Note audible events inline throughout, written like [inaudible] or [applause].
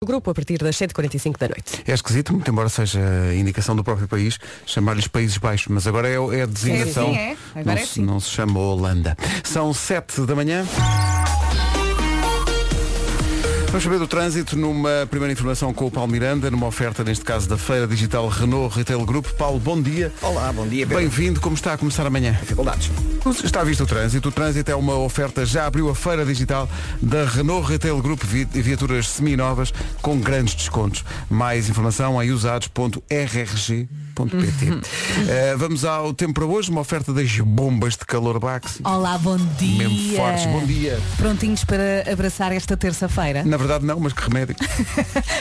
O grupo a partir das 7h45 da noite. É esquisito, muito embora seja indicação do próprio país, chamar-lhes Países Baixos, mas agora é, é a designação. Sim, sim, é. Agora não, é se- sim. não se chama Holanda. São 7 da manhã. Vamos saber do trânsito numa primeira informação com o Paulo Miranda, numa oferta, neste caso, da Feira Digital Renault Retail Group. Paulo, bom dia. Olá, bom dia, Pedro. Bem-vindo, como está a começar amanhã? Dificuldades. Está visto o trânsito. O trânsito é uma oferta, já abriu a feira digital da Renault Retail Group vi- viaturas semi-novas com grandes descontos. Mais informação em usados.rrg.pt Uhum. Eh, Vamos ao tempo para hoje, uma oferta das bombas de calor Baxi. Olá, bom dia. Mesmo fortes, é. bom dia. Prontinhos para abraçar esta terça-feira? Na verdade não, mas que [laughs] remédio.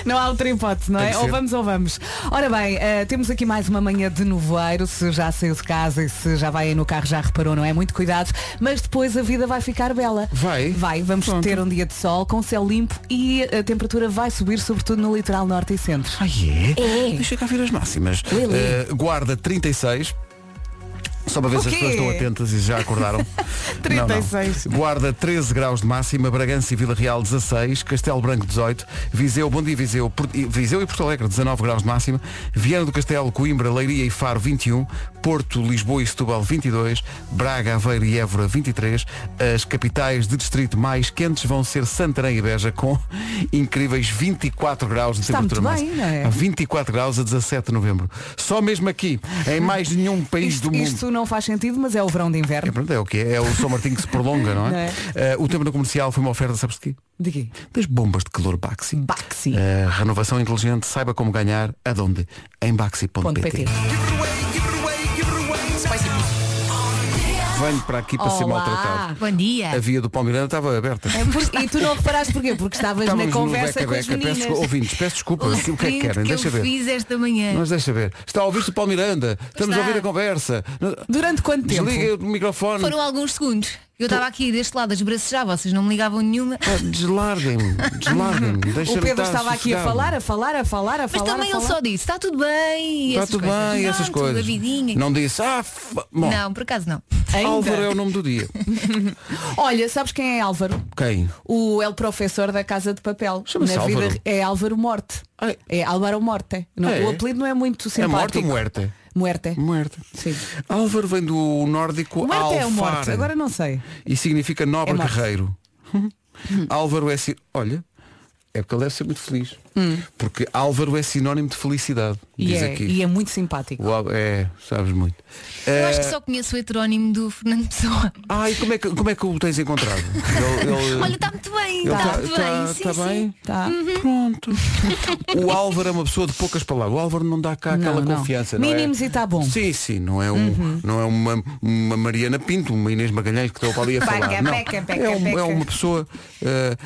Não há outra hipótese, não Tem é? que Ou ser. vamos ou vamos. Ora bem, eh, temos aqui mais uma manhã de nevoeiro. Se já saiu de casa e se já vai aí no carro, já reparou, não é? Muito cuidado. Mas depois a vida vai ficar bela. Vai? Vai. Vamos Pronto. ter um dia de sol com céu limpo e a temperatura vai subir, sobretudo no litoral norte e centro. Ah, é? Deixa cá ver as máximas. Eh, guarda 36. Só para ver O se as quê? pessoas estão atentas e já [laughs] acordaram. Não, não. 36. Guarda 13 graus de máxima, Bragança e Vila Real 16, Castelo Branco 18, Viseu, Bom Dia Viseu, Por- e- Viseu e Porto Alegre 19 graus de máxima, Viana do Castelo, Coimbra, Leiria e Faro 21, Porto, Lisboa e Setúbal 22, Braga, Aveiro e Évora 23. As capitais de distrito mais quentes vão ser Santarém e Beja com [laughs] incríveis 24 graus de Está temperatura muito bem, máxima. não é? A 24 graus a 17 de novembro. Só mesmo aqui, em mais nenhum país Isto, do mundo. isto não faz sentido, mas é o verão de É, inverno. pronto, é o que é. É o São Martinho que se prolonga, não é? [laughs] Não é? Eh, o tempo no comercial foi uma oferta, sabes de quê? De quê? Das bombas de calor Baxi. Baxi. Eh, renovação inteligente, saiba como ganhar, aonde? Em baxi.pt. Venho para aqui para ser Olá. maltratado. Bom dia. A via do Palmeiranda estava aberta. É porque- e tu não reparaste porquê? Porque estavas na Estávamos no conversa com as beca-beca. meninas. Peço, ouvintes, peço desculpa. O que é que print querem? Deixa eu ver. fiz esta É. manhã. Mas deixa ver. Está a ouvir-se o Palmeiranda. Estamos a Está. ouvir a conversa. Durante quanto tempo? Desliga o microfone. Foram alguns segundos. Eu estava aqui deste lado a esbracejar, vocês não me ligavam nenhuma. Pá, Ah, Deslarguem-me, deslarguem-me. [laughs] O Deixa-me estar Pedro estava aqui a sossegado. falar, a falar, a falar, a Mas falar. também a ele falar. só disse, está tudo bem. e Está essas tudo coisas. bem, Não, essas tudo, coisas. A vidinha. Não disse, ah, f... Bom, Não, por acaso não. Ainda. Álvaro é o nome do dia. Olha, sabes quem é Álvaro? Quem? O é o professor da Casa de Papel. Chama-se Na vida Álvaro? é Álvaro Morte. Ai. É Álvaro Morte. Não, É? O apelido não é muito É simpático. morte ou muerte? Muerte. Muerte. Sim. Álvaro vem do nórdico Muerte é o morte. alfar Agora não sei. e significa nobre É morte. [laughs] guerreiro. Álvaro é si... Olha, é porque ele deve ser muito feliz. Hum. Porque Álvaro é sinónimo de felicidade. E diz é, aqui. e é muito simpático. O Al- É, sabes muito. Eu Eh, acho que só conheço o heterónimo do Fernando [laughs] Pessoa. Ai, como é que, como é que o tens encontrado? Ele- ele- Olha, está muito bem, Ele está tá- muito tá- bem. Sim, tá sim. bem? Tá. [laughs] Pronto. O Álvaro é uma pessoa de poucas palavras. O Álvaro não dá cá aquela não. confiança. não Mínimos é? e tá bom. Uhum. Sim, sim. Não é, um, não é uma, uma Mariana Pinto, uma Inês Magalhães que estou para ali a falar. Peca, não. peca, peca, é, um- é peca. uma pessoa. eh,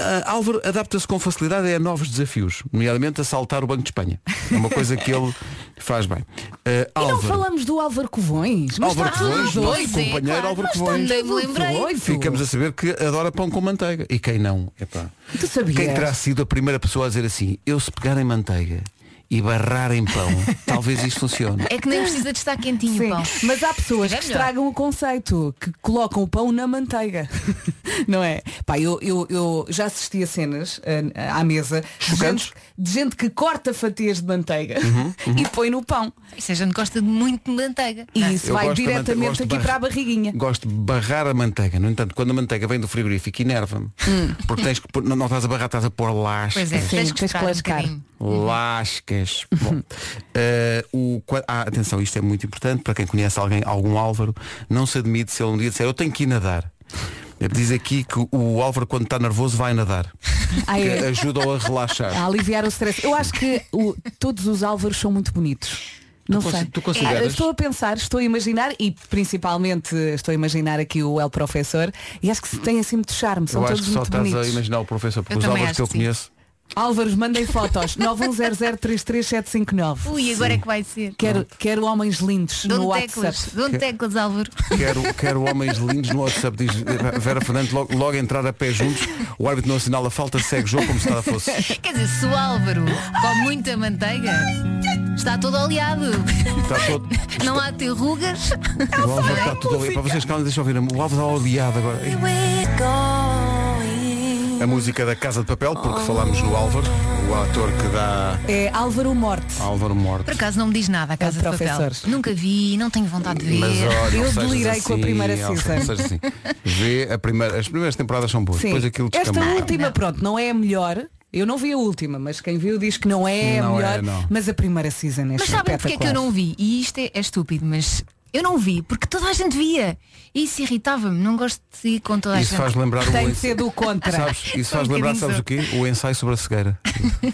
ah, Álvaro adapta-se com facilidade a novos desafios, nomeadamente a saltar o Banco de Espanha. É uma coisa que [laughs] ele faz bem. Eh, E não Álvaro. falamos do Álvaro Covões. Ah, Mas tá, Álvaro está tudo Covões, nosso é doido. companheiro Álvaro mas está Covões. doido, lembrei. Doido. Ficamos a saber que adora pão com manteiga. E quem não? Epá. Tu sabias? Quem terá sido a primeira pessoa a dizer assim, eu se pegar em manteiga e barrar em [laughs] pão, talvez isto funcione. É que nem precisa de estar quentinho Sim, o pão. mas há pessoas É que melhor. estragam o conceito, que colocam o pão na manteiga. [laughs] Não é? Pá, eu, eu, eu já assisti a cenas ah, à mesa de Chocantes? Uhum, gente, de gente que corta fatias de manteiga [laughs] e põe no pão. Isso a gente gosta de muito de manteiga. E Não. isso Eu vai gosto da manteiga, diretamente gosto de aqui barra- para a [laughs] barriguinha. Gosto de barrar a manteiga. No entanto, quando a manteiga vem do frigorífico, enerva-me. Porque tens que pôr- não, não estás a barrar, estás a pôr lascas. Hum. Pois é, Sim, tens tens que que esperar um lascar. bocadinho. Lascas. Bom, [laughs] eh, o, qua- ah, atenção, isto é muito importante para quem conhece alguém, algum Álvaro, não se admite se ele um dia disser eu tenho que ir nadar. Diz aqui que o Álvaro quando está nervoso vai nadar. Ah, Que é. Ah, ajuda-o a relaxar. A aliviar o stress. Eu acho que o- todos os Álvaros são muito bonitos. Não consi- sei. tu consideras? Ah, Estou a pensar, estou a imaginar e principalmente estou a imaginar aqui o El Professor e acho que se tem assim muito charme, são eu acho todos que só muito estás a bonitos. imaginar o professor, porque Eu os também Álvaros que eu acho que conheço. Álvaros, mandem [laughs] fotos. 910033759. Ui, é agora é que vai ser. Quero, quero homens lindos no Dom WhatsApp. Teclas, Dom Teclas Álvaro. [laughs] Quero, quero homens lindos no WhatsApp, diz Vera Fernandes, logo, logo entrar a pé juntos, o árbitro não assinala a falta, segue o jogo como se nada fosse. Quer dizer, se o Álvaro come muita manteiga, está todo oleado. [laughs] Está todo. Não há ter rugas. O Álvaro está tudo ali. Para vocês calma, deixa eu ouvir. O Álvaro está odiado agora. A música da Casa de Papel, Oh. porque falámos no Álvaro, o ator que dá É Álvaro Morte. Álvaro Morte. Por acaso não me diz É nada a Casa de Papel. professor. Nunca vi, não tenho vontade de ver. Mas olha, assim, Eu não sejas delirei com a primeira Elsa, season. não sejas assim. Vê a primeira, as primeiras temporadas são boas, depois aquilo Esta descamba. última, Não. pronto, não é a melhor. Eu não vi a última, mas quem viu diz que não é Não a é, melhor. não. Mas a primeira season é Mas sabem porque é que eu espetacular. não vi? E isto é, é estúpido, mas eu não vi, porque toda a gente via. E isso irritava-me, não gosto de ir com toda a Isso gente. faz lembrar o Tem de ensa- ser do contra. Sabes, isso Só um faz lembrar, bocadinho sabes só. o quê? O ensaio sobre a cegueira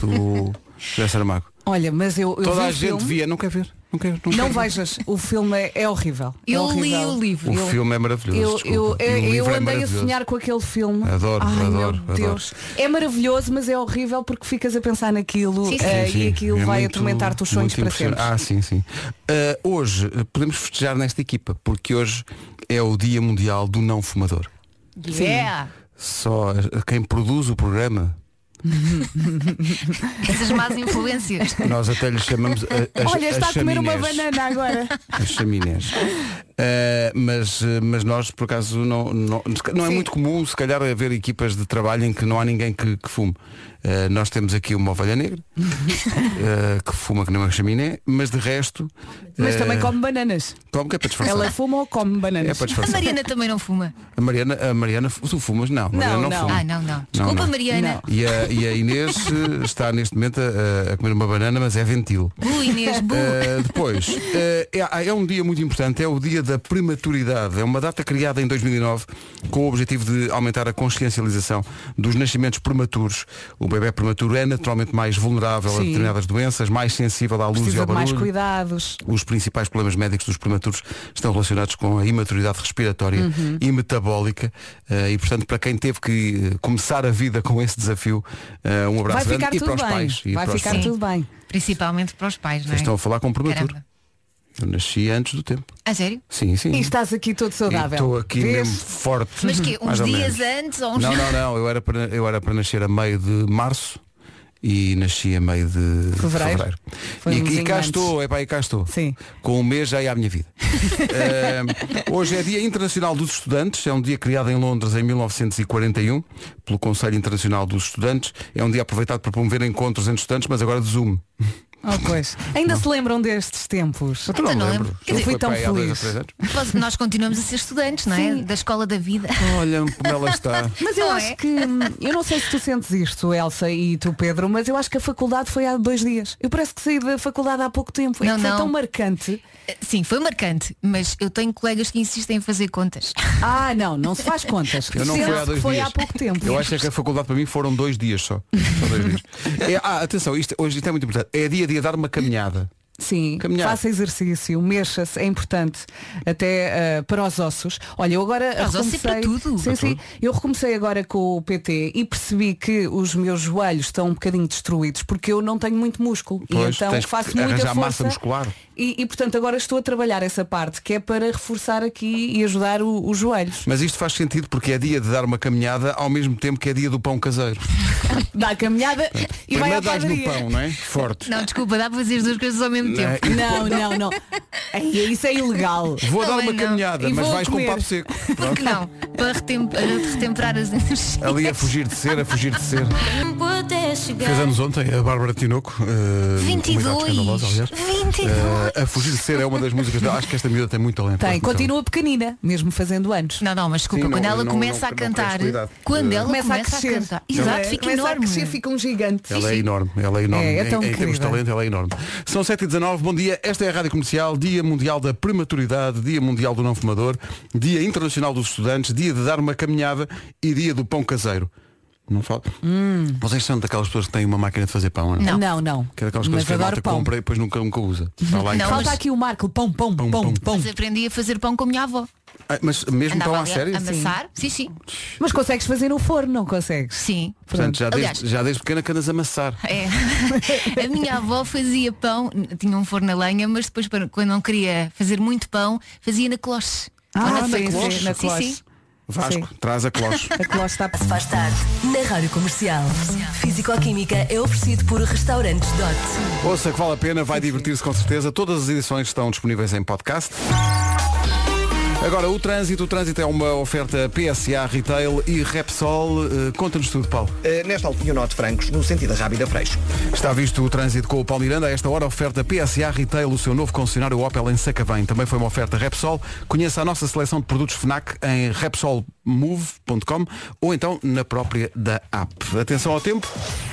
do José Saramago. Olha, mas eu, eu vi Toda o a gente filme. via, não quer ver. Não, quer, não, Não quer. vejas, o filme é horrível. É Eu li horrível. o livro. O eu- filme é maravilhoso. Eu, desculpa. eu, E o eu, livro é andei a maravilhoso. sonhar com aquele filme. Adoro, Ai, adoro, meu Deus. É maravilhoso, mas é horrível porque ficas a pensar naquilo Sim, sim. eh, Sim, sim. e aquilo É vai muito- atormentar-te os sonhos muito para impressionante. sempre. Ah, sim, sim. Ah, hoje eh, podemos festejar nesta equipa, porque hoje é o Dia Mundial do Não Fumador. Yeah. Só eh, quem produz o programa, Essas [laughs] más influências. nós até lhe chamamos a, a, [laughs] Olha, está a comer uma chaminés. banana agora. [laughs] As chaminés. Eh, mas, eh, mas nós, por acaso, não, não, não é Sim. muito comum, se calhar, haver equipas de trabalho em que não há ninguém que, que fume. Eh, nós temos aqui uma ovelha [laughs] negra, eh, que fuma que não é uma chaminé, mas de resto. Mas eh, também [laughs] come bananas. Como que é para disfarçar? Ela fuma ou come É bananas? para A disfarçar. Mariana também não fuma. A Mariana, a Mariana, tu fumas? Não, a Mariana não, não. fuma. Ah, não, não. Desculpa, não. Mariana. E a, e a [laughs] Inês eh, está neste momento a, a comer uma banana, mas é ventil. Bu, [laughs] Inês, bu. Uh, depois, uh, é, é um dia muito importante, é o dia da prematuridade. É uma data criada em 2009 com o objetivo de aumentar a consciencialização dos nascimentos prematuros. O bebê prematuro é naturalmente mais vulnerável a Sim. determinadas doenças, mais sensível à luz e Precisa ao de barulho. mais cuidados. Os principais problemas médicos dos prematuros estão relacionados com a imaturidade respiratória Uhum. e metabólica. eh, e, portanto, para quem teve que eh, começar a vida com esse desafio, eh, um Vai abraço ficar grande e para tudo os bem. pais. e Vai para os ficar pais. tudo bem. Principalmente para os pais, não é? Vocês estão a falar com um prematuro. Caramba. Eu nasci antes do tempo. A sério? Sim, sim. E estás aqui todo saudável. Uhum. Estou aqui Vês? mesmo forte. Mas que mais Uns ou dias menos. antes ou uns Não, não, não. Eu era, para, eu era para nascer a meio de março e nasci a meio de Fevereiro. fevereiro. Foi E, um e cá desenho estou, é pá, e cá estou. Sim. Com um mês já é à minha vida. Eh, hoje é Dia Internacional dos Estudantes, é um dia criado em Londres em 1941 pelo Conselho Internacional dos Estudantes. É um dia aproveitado para promover encontros entre estudantes, mas agora de Zoom. Oh, pois. Ainda se lembram destes tempos? Eu Então não não me lembro. lembro. Quer dizer, Foi fui tão para aí há dois ou feliz. três anos. [laughs] Nós- Nós continuamos a ser estudantes, não é? Da escola da vida. [laughs] Olha como ela está. Mas eu Não acho é? que, hum, eu não sei se tu sentes isto, Elsa e tu, Pedro, mas eu acho que a faculdade foi há dois dias. Eu parece que saí da faculdade há pouco tempo. É Não, que foi não. tão marcante. Sim, foi marcante, mas eu tenho colegas que insistem em fazer contas. [laughs] Ah, não, não se faz contas. Eu não Sente-se fui há dois que foi dias. há pouco tempo. Eu acho é que a faculdade para mim foram dois dias só. Só dois dias. É, ah, atenção, isto, hoje isto é muito importante. É dia de dar uma caminhada. Sim, Caminhar. faça exercício, mexa-se, é importante até ah, para os ossos. Olha, eu agora Para os ossos e recomecei, para tudo. Sim, Para sim. Eu recomecei agora com o PT e percebi que os meus joelhos estão um bocadinho destruídos porque eu não tenho muito músculo Pois, e então tens que faço muita arranjar força massa muscular. E, e, portanto agora estou a trabalhar essa parte que é para reforçar aqui e ajudar o- os joelhos. Mas isto faz sentido porque é dia de dar uma caminhada ao mesmo tempo que é dia do pão caseiro. Dá a caminhada e vai Primeiro à dás no padaria. pão, não é? Forte. Não, desculpa, dá para fazer as duas coisas ao mesmo Não é? [laughs] tempo. Não, não, não. Ei, isso é ilegal. Vou Não dar é uma não. caminhada, E mas vou vais comer. com papo seco. [laughs] Porque não? Para retem- para retemperar as energias. Ali a fugir de ser, a fugir de ser. Fez anos ontem a Bárbara Tinoco. eh, uma idade 22. escandalosa, aliás. 22. Eh, a fugir de ser é uma das músicas dela. Acho que esta miúda tem muito talento. Tem, Muito talento. continua pequenina, mesmo fazendo anos. Não, não, mas desculpa, Sim, não, quando ela não- começa não- a não cantar, cresce com a idade. quando Eh, ela começa, a, cantar, exato, Ela- fica começa a enorme. crescer, fica um gigante. Ela é enorme, ela é enorme. É, é Em- tão em, termos de querida. talento, ela é enorme. São 7h19, bom dia. Esta é a Rádio Comercial, Dia Mundial da Prematuridade, Dia Mundial do Não Fumador, Dia Internacional dos Estudantes, Dia de Dar uma Caminhada e Dia do Pão Caseiro. Não falo. Hum. Vocês são daquelas pessoas que têm uma máquina de fazer pão, não? é? Não. Não, não. Que é daquelas coisas Mas que a adoro malta pão. compra e depois nunca, nunca usa. Está lá em Não, casa. Falta aqui o Marco. Pão, pão, pão, pão. pão, Mas aprendi a fazer pão com a minha avó. Ah, Mas mesmo Andava pão à ali sério? a amassar. Sim, sim. Mas consegues fazer no forno, não consegues? Sim. Portanto, já Aliás- desde, já desde pequena que andas a amassar. [laughs] É. A minha avó fazia pão, tinha um forno a lenha, mas depois para- quando não queria fazer muito pão, fazia na cloche. Ah, Ou na sim, faca. sim, na tá. Sim, cloche. sim. Vasco, traz a [laughs] cloche. A Cló está Faz tarde, na Rádio Comercial. Físico-Química é oferecido por Restaurantes Dot. Ouça que vale a pena, vai divertir-se com certeza. Todas as edições estão disponíveis em podcast. Agora, o trânsito. O trânsito é uma oferta PSA Retail e Repsol. Eh, Conta-nos tudo, Paulo. Eh, nesta altura, o Norte de Francos, no sentido da Rábida Freixo. Está visto o trânsito com o Paulo Miranda. A esta hora, oferta PSA Retail, o seu novo concessionário Opel em Sacavém. Também foi uma oferta Repsol. Conheça a nossa seleção de produtos FNAC em repsolmove.com ou então na própria da app. Atenção ao tempo.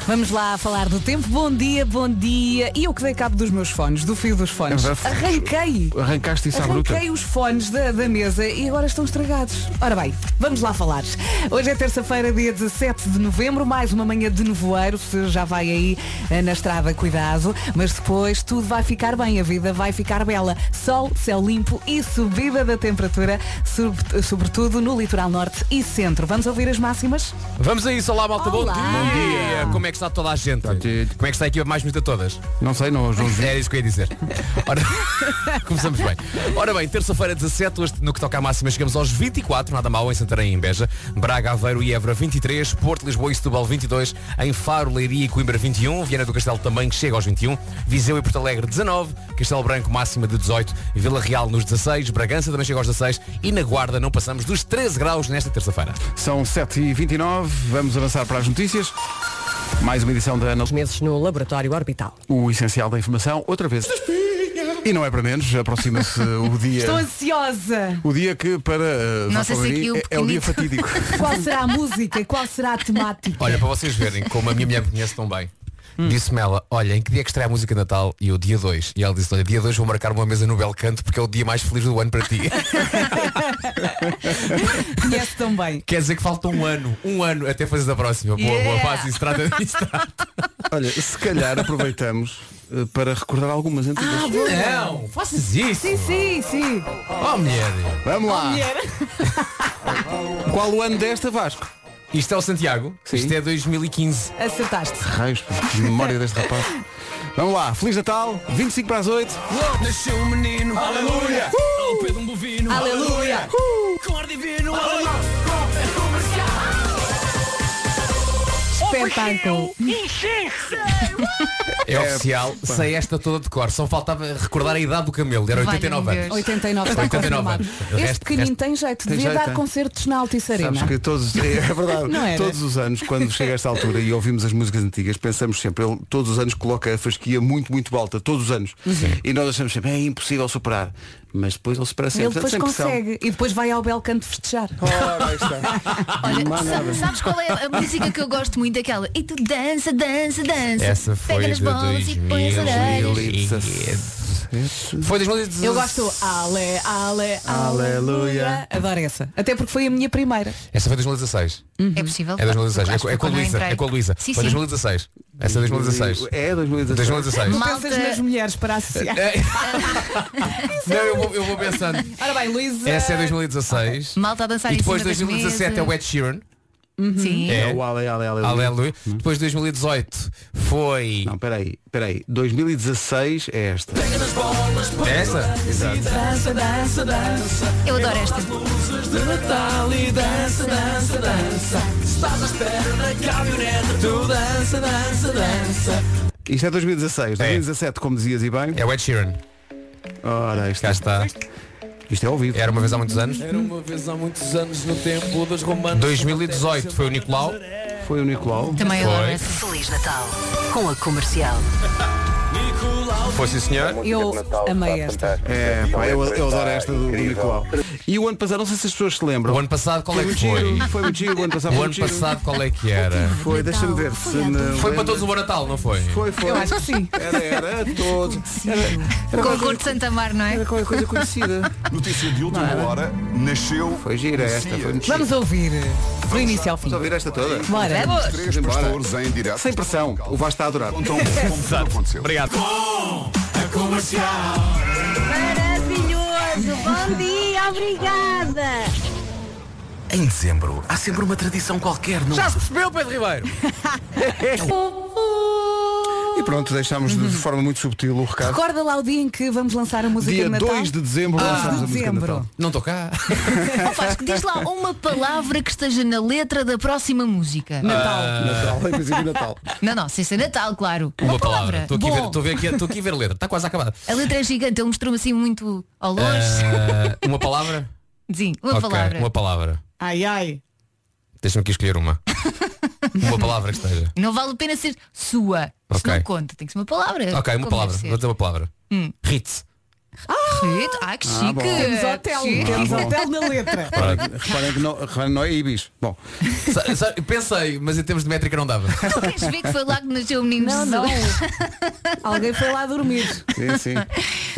Vamos lá falar do tempo. Bom dia, bom dia. E eu que dei cabo dos meus fones, do fio dos fones. É verdade. Arranquei. Arrancaste isso à bruta. Arranquei os fones da, da mesa e agora estão estragados. Ora bem, vamos lá falar. Hoje é terça-feira, dia 17 de novembro, mais uma manhã de nevoeiro, se já vai aí eh, na estrada, cuidado, mas depois tudo vai ficar bem, a vida vai ficar bela. Sol, céu limpo e subida da temperatura, sob- sobretudo no litoral norte e centro. Vamos ouvir as máximas? Vamos a isso, olá malta, bom Olá. dia. Bom dia. Como é que está Uhum. toda a gente? tudo. Como é que está a equipa mais bonita de todas? Não sei, não, João. [laughs] Era isso que eu ia dizer. Ora... [laughs] Começamos bem. Ora bem, terça-feira 17, hoje, no que toca à máxima, chegamos aos 24, nada mal, em Santarém e em Beja. Braga, Aveiro e Évora 23, Porto, Lisboa e Setúbal 22, em Faro, Leiria e Coimbra 21, Viana do Castelo também que chega aos 21, Viseu e Porto Alegre 19, Castelo Branco máxima de 18, Vila Real nos 16, Bragança também chega aos 16 e na Guarda não passamos dos 13 graus nesta terça-feira. São 7h29. Vamos avançar para as notícias. Mais uma edição da Ana. Meses no laboratório orbital. O essencial da informação, outra vez. E não é para menos, aproxima-se [laughs] o dia. Estou ansiosa. O dia que para eh, Não Vasco sei se Alvarim aqui o é, é o dia pequenito. fatídico. [laughs] Qual será a música? Qual será a temática? Olha, para vocês verem como a minha mulher me conhece tão bem. Disse-me ela, olha, em que dia é que estreia a música de Natal? E eu, dia 2. E ela disse, olha, dia 2 vou marcar uma mesa no Belcanto porque é o dia mais feliz do ano para [laughs] ti. Conhece tão bem. Quer dizer que falta um ano, um ano até fazer da próxima. Boa, boa, Yeah. faz isso, trata disso. Olha, se calhar aproveitamos eh, para recordar algumas antigas. Não, faças isso. Sim, sim, sim. Oh, mulher. Ah, Vamos lá. Qual o ano desta, Vasco? Isto é o Santiago. Sim. Isto é 2015. Acertaste. Raios, pô, que memória deste rapaz. Vamos lá, Feliz Natal, 25 para as 8. Nasceu um menino, aleluia! Ao pé de um bovino, Aleluia. cor divino, aleluia! Espetáculo. É, oficial. Sei esta toda de cor. Só faltava recordar a idade do camelo. Era Valha-me 89 anos. Deus. 89 está 89. confirmado. O Este resto- pequenino resto- tem jeito. Tem Devia jeito, dar tem. concertos na Altice Sabes Arena. que todos, é verdade, Não era? todos os anos, quando chega esta altura e ouvimos as músicas antigas, pensamos sempre, ele todos os anos coloca a fasquia muito, muito alta, todos os anos. Uhum. E nós achamos sempre, é impossível superar. Mas depois ele supera sempre. Ele depois sempre são. Oh, consegue. E depois vai ao Belcanto festejar. Ora, aí está. Ah, Olha, Não há sa- nada. sabes, qual é a música que eu gosto muito? Aquela E tu dança, dança, dança Essa foi Pega nas de bolas e põe as 2000. orelhas Foi 2016. Eu gosto do Ale, Ale, Aleluia. Adoro essa. Até porque foi a minha primeira. Essa foi 2016. É possível? É 2016, é Acho com, que é com a quando eu Luísa, entrei. é com a Luísa. Sim, Foi sim. 2016. Essa é 2016. É 2016. 2016. Malta- Pensas nas mulheres para associar. É. é Não, eu vou, eu vou pensando. Ora bem, Luísa. Essa é 2016. Malta a dançar E em depois cima das 2017 é o mesas. Ed Sheeran. Sim. É o Ale, Ale, Ale. Aleluia. Depois 2018 foi. Não, peraí, peraí. 2016 é esta. É essa? Eu adoro esta Isto é 2016. 2017, como dizias e bem. É o Ed Sheeran. Ora, isto, Cá está. isto é ouvido. Era uma vez há muitos anos. Era uma vez há muitos anos no tempo dos romanos. 2018 foi o Nicolau. Foi o Nicolau. Também adoro Foi. essa Feliz Natal com a comercial. Foi sim senhor. Eu amei esta. É, pá, eu, eu adoro esta do, do Nicolau. E o ano passado, não sei se as pessoas se lembram. O ano passado qual é que Foi foi? muito giro, foi muito giro, o ano passado O foi ano muito giro. passado qual é que era? Foi, deixa-me ver se não Foi para lembro. todos o Bom Natal, não foi? Foi, foi. Eu acho que sim. Era, era, a todos. Era, era Com a qualquer- cor de Santa Mar, não é? era qualquer coisa conhecida. Notícia de última hora, nasceu Foi gira esta, foi muito giro. Vamos ouvir. Do início ao fim. Vamos ouvir esta toda. Bora. três pastores em direto. Sem pressão, o Vasco está a adorar. Então, Contam [laughs] como tudo aconteceu. Obrigado. Maravilhoso! Bom dia, obrigada! Em dezembro, há sempre uma tradição qualquer no Já se percebeu, Pedro Ribeiro? E pronto, deixámos de forma muito subtil o recado. Recorda lá o dia em que vamos lançar a música Dia de Natal? Ah, 2 de dezembro lançamos a música de dezembro. Natal. Não estou cá. Oh, Vasco, diz lá uma palavra que esteja na letra da próxima música. Ah. Natal. Natal, em princípio Natal. Não, não, sem ser Natal, claro. Uma palavra. Estou aqui, a ver- Bom, estou a ver aqui- estou aqui a Tá ver a letra. Está quase acabada. A letra é gigante, ele mostrou-me assim muito ao longe. Ah, Eh, uma palavra? Sim, uma Ok, palavra. Uma palavra. Ai, ai. Deixa-me aqui escolher uma. uma palavra que esteja. Não vale a pena ser sua. Isso Ok. não conta. Tem que ser uma palavra. Ok, uma Como palavra. deve ser. Vou dizer uma palavra. Hum. Ritz. Rede? Ah, que chique. bom. Temos hotel, Que chique. temos Ah, bom. hotel na letra. [laughs] Reparem, reparem que não, reparem que não é Ibis. Bom, Sa- sa- Pensei, mas em termos de métrica não dava. Tu queres ver que foi lá que nasceu o menino Não, não. Jesus? Alguém foi lá dormir. sim, [laughs] sim.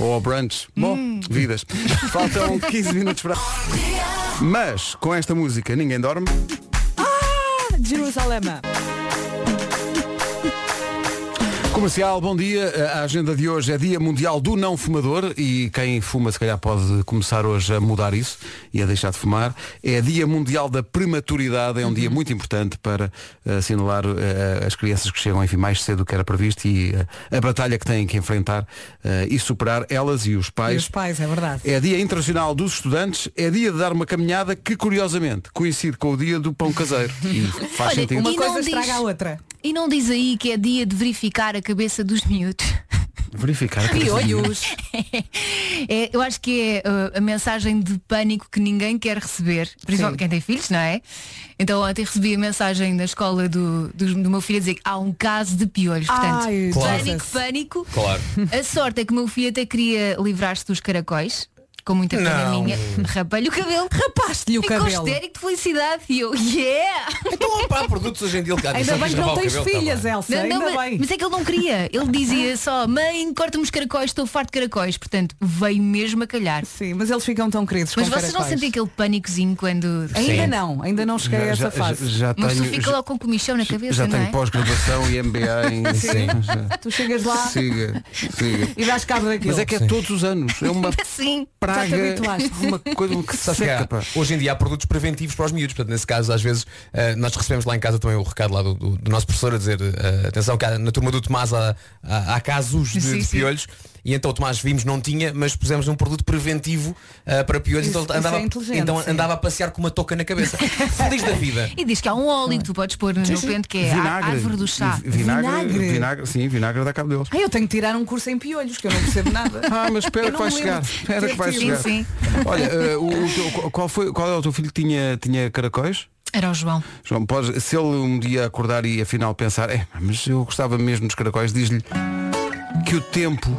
Ou ao brunch. Bom, Hum. vidas. Faltam 15 minutos [laughs] para. Mas com esta música ninguém dorme. Ah, de Jerusalema. Comercial, bom dia. A agenda de hoje é Dia Mundial do Não Fumador e quem fuma se calhar pode começar hoje a mudar isso e a deixar de fumar. É Dia Mundial da Prematuridade, é um Uhum. dia muito importante para eh, assinalar eh, as crianças que chegam enfim, mais cedo do que era previsto e eh, a batalha que têm que enfrentar eh, e superar elas e os E pais. os pais, é verdade. É Dia Internacional dos Estudantes, é dia de dar uma caminhada que, curiosamente, coincide com o dia do pão [laughs] caseiro. E faz Olha, sentido. uma Uma E coisa não diz- estraga a outra. E não diz aí que é dia de verificar a cabeça dos miúdos. Verificar. a [laughs] cabeça de miúdos. Piolhos. [laughs] É, eu acho que é uh, a mensagem de pânico que ninguém quer receber, principalmente quem tem filhos, não é? Então ontem recebi a mensagem da escola do, do, do meu filho a dizer que há um caso de piolhos. Portanto, Ai, Claro. pânico, Jesus. pânico. Claro. A sorte é que o meu filho até queria livrar-se dos caracóis, com muita Não. caminha. Rapei-lhe o cabelo. Rapaste-lhe o Ficou cabelo. histérico de felicidade. E eu, yeah! Então opa, há produtos hoje em dia. Ah, Ainda isso bem fiz que não rabar o tens cabelo, tá filhas, bem. Elsa. Não, não, Ainda mas, bem. mas é que ele não queria. Ele dizia só, mãe, corta-me os caracóis, estou farto de caracóis. Portanto, veio mesmo a calhar. Sim, mas eles ficam tão queridos. Mas com vocês não caracóis. sentem aquele pânicozinho quando. Ainda não, ainda não cheguei a essa fase. já é Uma pessoa tenho- fica já- logo com comichão na cabeça, Já não tenho é? pós-graduação e MBA em Sim. Já- Tu chegas lá Siga, siga. e dás cabo daquilo. Mas é que é todos os anos. É [laughs] uma Sim. praga. habituaste. Uma coisa que se Sabes que há- seca, pá. hoje em dia há produtos preventivos para os miúdos, portanto nesse caso às vezes eh, nós recebemos lá em casa também o recado lá do, do- do nosso professor a dizer eh, atenção que há- na turma do Tomás há, há- há casos de, Sim, de sim. piolhos e então o Tomás vimos não tinha, mas pusemos um produto preventivo eh, para piolhos, Isso- então, isso andava, é inteligente, então sim. andava a passear com uma touca na [laughs] cabeça. Feliz da vida. E diz que há um óleo que tu podes pôr no pente que é a árvore do chá. Vi- Vinagre, Vinagre. vinagre. Sim, vinagre dá cabo deles. Ah, eu tenho que tirar um curso em piolhos, que eu não percebo nada. Ah, mas espera que Eu não vai me chegar. lembro de Espera ter que vai tido. chegar. Sim, sim. Olha, eh, o- o teu- qual, foi, qual é o teu filho que tinha, tinha caracóis? Era o João. João, podes, se ele um dia acordar e afinal pensar, é, mas eu gostava mesmo dos caracóis, diz-lhe que o tempo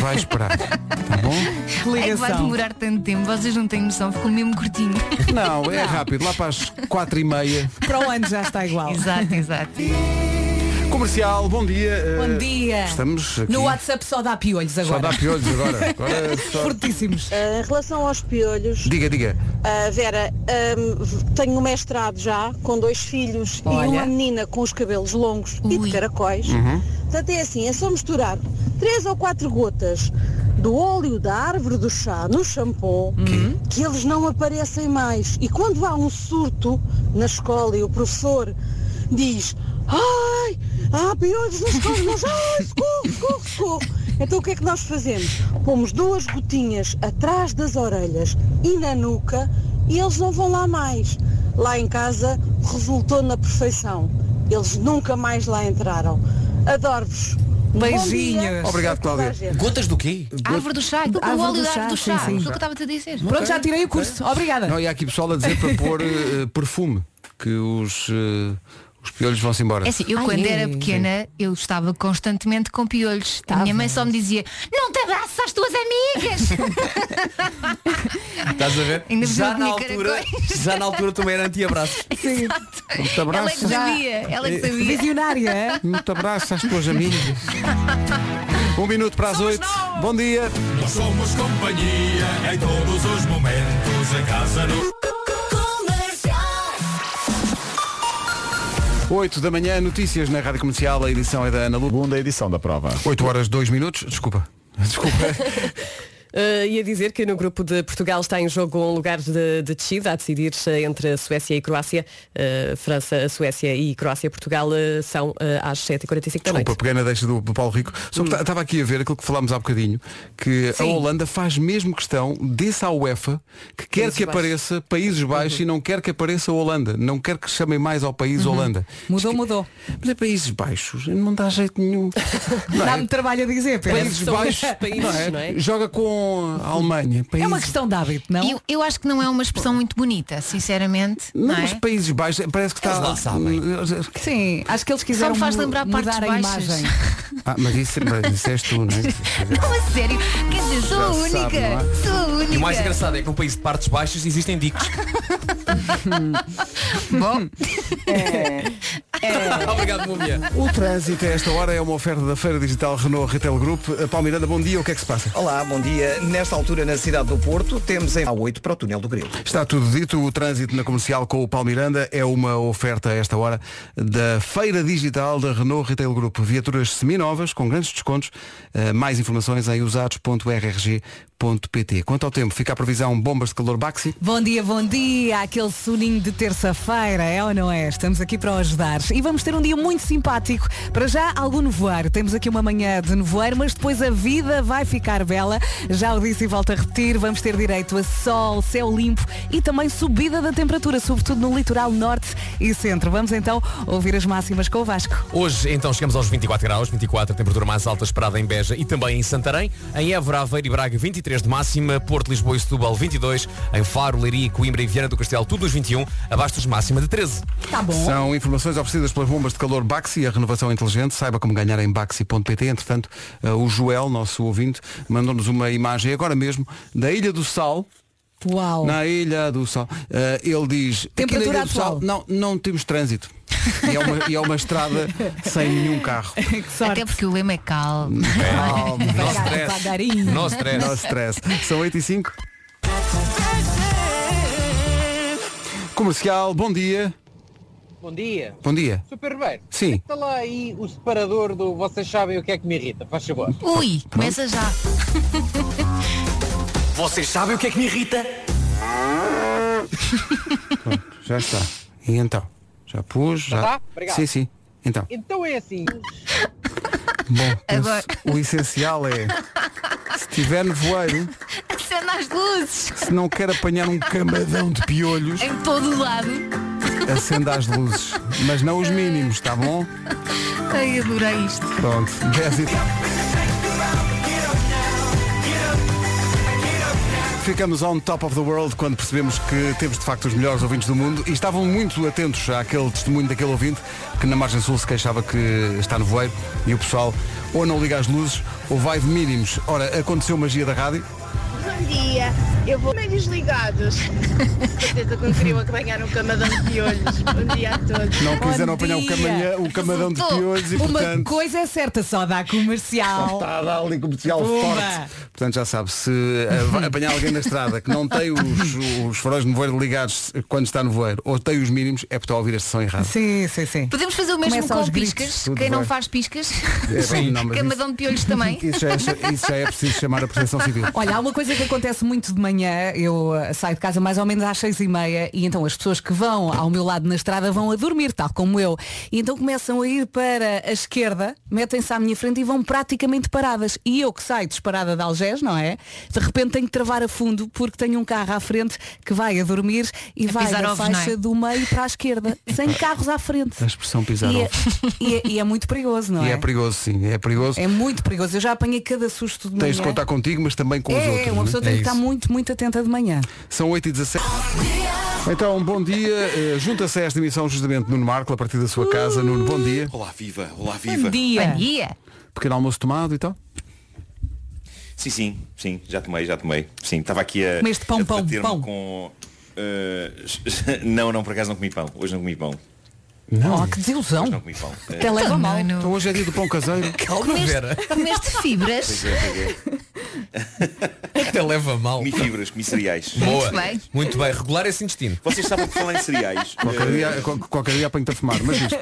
vai esperar. Tá bom? Que [laughs] É que vai ligação. demorar tanto tempo, vocês não têm noção, ficou mesmo curtinho. Não, é rápido, lá para as quatro e meia. Para o ano já está igual. [laughs] exato, exato. Comercial, bom dia. eh, Bom dia. Estamos aqui. No WhatsApp só dá piolhos Só dá agora. piolhos agora. Agora só- Fortíssimos. Em relação aos piolhos, Diga, diga. ah, Vera, ahm, v- tenho um mestrado já, com dois filhos Olha. e uma menina com os cabelos longos e Ui. de caracóis. Portanto, é assim, é só misturar três ou quatro gotas do óleo da árvore do chá no shampoo, que eles não aparecem mais. E quando há um surto na escola e o professor diz Ai, há piolhos nas escolas, ai, [laughs] socorro, socorro, socorro. Então o que é que nós fazemos? Pomos duas gotinhas atrás das orelhas e na nuca e eles não vão lá mais. Lá em casa resultou na perfeição. Eles nunca mais lá entraram. Adoro-vos. Um bom dia Beijinhos. Obrigado, a toda a Cláudia. gente. Gotas do quê? Ah, Árvore do chá, aquilo com o Árvore óleo do da chá, árvore do sim, chá. sim. Foi o que eu estava-te a dizer. Pronto, já tirei o curso. Obrigada. Não, e há aqui pessoal a dizer para pôr eh, perfume, que os, eh, os piolhos vão-se embora. É assim, eu Ai, quando é. era pequena, eu estava constantemente com piolhos. A minha mãe só me dizia, não te abraças às [laughs] tuas amigas. É, Estás a ver? Ainda Já não na, tinha altura, já na altura também era [laughs] anti-abraço. Muito ela é que abraço. sabia, ela é que sabia. Visionária, é? Muito abraço às tuas amigas. Um minuto para as oito. Bom dia. Nós somos companhia em todos os momentos, em casa, no 8 da manhã, notícias na Rádio Comercial, a edição é da Ana Lu. Segunda edição da prova. 8 horas, 2 minutos, desculpa. Desculpa. Uh, ia dizer que no grupo de Portugal está em jogo um lugar de, de descida a decidir-se entre a Suécia e Croácia. Uh, França, a Suécia e Croácia-Portugal uh, são uh, às 7h45 da noite. Desculpa, peguei na deixa do, do Paulo Rico. Só que estava aqui a ver aquilo que falámos há bocadinho, que a Holanda faz mesmo questão, desse à UEFA, que quer Países que Baixos. apareça Países Baixos e não quer que apareça a Holanda. Não quer que chamem mais ao país Holanda. Mudou, Diz que- mudou. Mas é Países Baixos, não dá jeito nenhum. Não é? Dá-me trabalho a dizer, Pedro. Países São Baixos, esses países, não é? Joga com com a Alemanha. Países... É de hábito, não? Eu, eu acho que não é uma expressão muito bonita, sinceramente. Não, Não, mas é? Países Baixos, parece que está. Hum, Eles lá sabem. Sim, acho que eles Só quiseram me faz mu- lembrar mudar partes a baixas. imagem. Ah, mas isso, mas isso és tu, não é? [laughs] Não, a sério. Quer dizer, sou a Já única. sabe, não é? Sou a única. E o mais engraçado é que num país de partes baixas existem dicos. [laughs] Bom. É. É. [laughs] Obrigado, Múmia. O trânsito a esta hora é uma oferta da Feira Digital Renault Retail Group. Palmeiranda, bom dia, o que é que se passa? Olá, bom dia. Nesta altura, na cidade do Porto, temos em A8 para o túnel do Grilo. Está tudo dito, o trânsito na comercial com o Palmiranda é uma oferta a esta hora da Feira Digital da Renault Retail Group. Viaturas seminovas com grandes descontos. Eh, mais informações em usados.rrg.pt. Quanto ao tempo, fica a previsão bombas de calor Baxi. Bom dia, bom dia. Aquele soninho de terça-feira, é ou não é? Estamos aqui para o ajudar. E vamos ter um dia muito simpático. Para já, algum nevoeiro. Temos aqui uma manhã de nevoeiro, mas depois a vida vai ficar bela. Já o disse e volto a repetir. Vamos ter direito a sol, céu limpo e também subida da temperatura, sobretudo no litoral norte e centro. Vamos então ouvir as máximas com o Vasco. Hoje, então, chegamos aos 24 graus, 24 a temperatura mais alta esperada em Beja e também em Santarém. Em Évora, Aveiro e Braga, 23 de máxima. Porto, Lisboa e Setúbal, 22. Em Faro, Leiria, Coimbra e Viana do Castelo, tudo nos 21. Abaixo dos máxima de 13. Tá bom. São informações oferecidas pelas bombas de calor Baxi, a renovação inteligente. Saiba como ganhar em baxi.pt. Entretanto, eh, o Joel, nosso ouvinte, mandou-nos uma imagem agora mesmo da Ilha do Sal. Uau! Na Ilha do Sal. Eh, ele diz. "Aqui na Oh. Temperatura Ilha do Sal atual." Não, não temos trânsito. E é uma, e é uma [laughs] estrada sem nenhum carro. Até porque o lema é calmo. Oh, Calma, não stress. Devagarinho. Não stress. Não stress. São 8 e 5. Comercial, bom dia. Bom dia. Bom dia. Super Ribeiro. Sim. Está lá aí o separador do vocês sabem o que é que me irrita, faz favor. Ui, começa já. Vocês sabem o que é que me irrita? Já está. E então? Já pus? Já... Tá? Obrigado. Sim, sim. Então, Então é assim. bom, penso- Agora- o essencial é, se tiver nevoeiro, Acenda as luzes. se não quer apanhar um camadão de piolhos, Em todo o lado. acenda as luzes. Mas não os mínimos, está bom? Ai, adorei isto. Pronto, 10 e tal. Ficamos on top of the world quando percebemos que temos de facto os melhores ouvintes do mundo e estavam muito atentos àquele testemunho daquele ouvinte que na margem sul se queixava que está no voeiro e o pessoal ou não liga as luzes ou vai de mínimos. Ora, aconteceu magia da rádio. Bom dia, eu vou meio desligados. Com certeza que não queriam apanhar um camadão de piolhos. Bom dia a todos. Não quiseram apanhar o, camanhã, o camadão de piolhos e Uma portanto. coisa é certa, só dá comercial. Está a dar ali comercial Pumba. forte. Portanto, já sabe, se eh, [laughs] vai apanhar alguém na estrada que não tem os, os faróis de nevoeiro ligados quando está no voeiro ou tem os mínimos, é porque está a ouvir a sessão errada. Sim, sim, sim. Podemos fazer o mesmo Começa aos com gritos, piscas. tudo Quem não bem. faz piscas. É, Sim. não, mas Camadão de piolhos também. Isso já, é, isso já é preciso chamar a proteção civil. Olha, há uma coisa que acontece muito de manhã, eu eh, saio de casa mais ou menos às seis e meia e então as pessoas que vão ao meu lado na estrada vão a dormir, tal como eu. E então começam a ir para a esquerda, metem-se à minha frente e vão praticamente paradas. E eu que saio disparada de Algés, não é? De repente tenho que travar a fundo porque tenho um carro à frente que vai a dormir e vai pisar da ovos, não é? faixa do meio para a esquerda, [laughs] sem carros à frente. A expressão pisar E é, ovos. e é- e é muito perigoso, não E é? é perigoso, sim, é perigoso. É muito perigoso. Eu já apanhei cada susto de manhã. Tens de contar contigo, mas também com os é, outros. é, uma pessoa não é? tem que É estar isso. muito, muito atenta de manhã. São 8 e 17 Então, bom dia. Eh, Junta-se a esta emissão justamente Nuno Marco, a partir da sua casa. Nuno, bom dia. Olá, viva. Olá, viva. Bom dia. Pequeno almoço tomado então? e tal. Sim, sim, sim, já tomei, já tomei. Sim, estava aqui a. Comeste pão, a pão, debater-me pão. Com, eh, [laughs] não, não, por acaso não comi pão. Hoje não comi pão. Não. Oh, que desilusão. Hoje não comi pão. Eh, Até leva Então, mal. Nuno. Então hoje é dia do pão caseiro. Calma, Vera. Comeste, comeste fibras. [laughs] pois é, pois é. Até leva mal. Comi fibras, comi cereais. Boa. Muito bem. Regular esse intestino. Vocês sabem que falar em cereais. Qualquer eh, dia, qual- qualquer dia apanho-te a fumar, mas isto.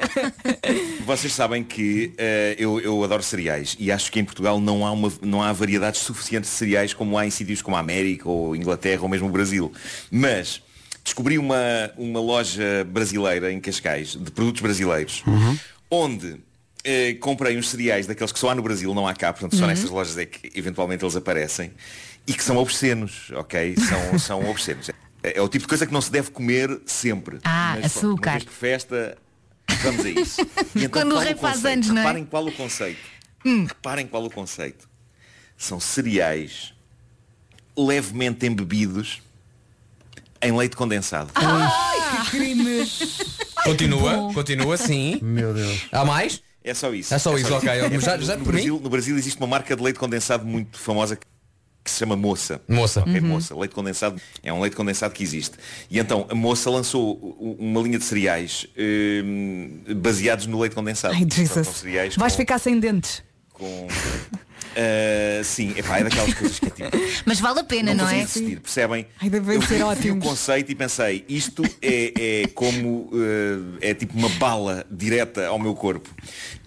Vocês sabem que eh, eu, eu adoro cereais e acho que em Portugal não há, uma, não há variedades suficientes de cereais como há em sítios como a América ou Inglaterra ou mesmo o Brasil. Mas descobri uma, uma loja brasileira em Cascais de produtos brasileiros onde eh, comprei uns cereais daqueles que só há no Brasil, não há cá, portanto só Uhum. nessas lojas é que eventualmente eles aparecem e que são obscenos, ok? [laughs] São, são obscenos. É, é o tipo de coisa que não se deve comer sempre. Ah, Mas pronto, uma açúcar. vez por festa, vamos a isso. [laughs] E então, Quando o qual rei faz conceito? anos, não é? Hum. Reparem qual o conceito. Reparem qual o conceito. São cereais levemente embebidos em leite condensado. Ah. Ai, Ah. que crimes! Continua, continua, sim. Meu Deus. Há mais? É só isso. É só isso, ok. É Já- porque já no, por mim? Brasil, no Brasil existe uma marca de leite condensado muito famosa que que se chama Moça. Moça. Ok, Uhum. Moça. Leite condensado é um leite condensado que existe. E então a Moça lançou u- uma linha de cereais hum, baseados no leite condensado. Ai, Portanto, Jesus. são cereais Vais com- ficar sem dentes. com- Ah, sim, epá, é daquelas coisas que é [laughs] tipo, Mas vale a pena, não, não, consigo é? resistir, percebem? Ai, devem eu ser vi o ótimos. conceito e pensei, isto é, é como eh, é tipo uma bala direta ao meu corpo.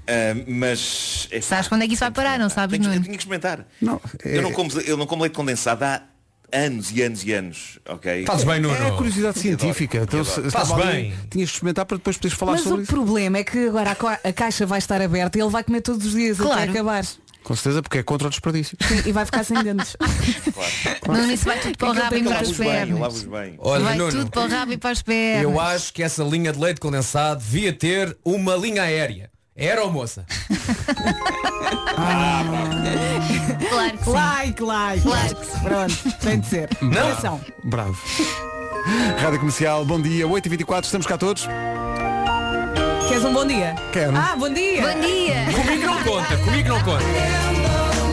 Ah, mas é, Sabes quando é que isso vai parar, não sabes, Nuno? Eu tinha que experimentar. Não, eu, é- não como, eu não como leite condensado há anos e anos e anos, ok? Estás bem, Nuno. É curiosidade científica. Então, se- se Faz estava ali, bem. Tinhas de experimentar para depois poderes falar Mas sobre o isso. problema é que agora a co- a caixa vai estar aberta e ele vai comer todos os dias até Claro. acabar. Com certeza, porque é contra o [laughs] desperdício. Sim, e vai ficar [laughs] sem dentes. Nuno, isso vai tudo para o rabo e para as Lavo-os bem, pernas. lavo-os bem. Olha, Vai Nuno, tudo para o rabo e para as pernas. eu acho que essa linha de leite condensado devia ter uma linha aérea. Era ou moça? Claro que sim. Like, like. Claro que sim. Pronto, tem de ser. Não. Atenção. Bravo. Rádio Comercial, bom dia, 8h24, estamos cá todos. Queres um bom dia? Quero. Ah, bom dia. Bom dia. Comigo não conta, comigo não conta.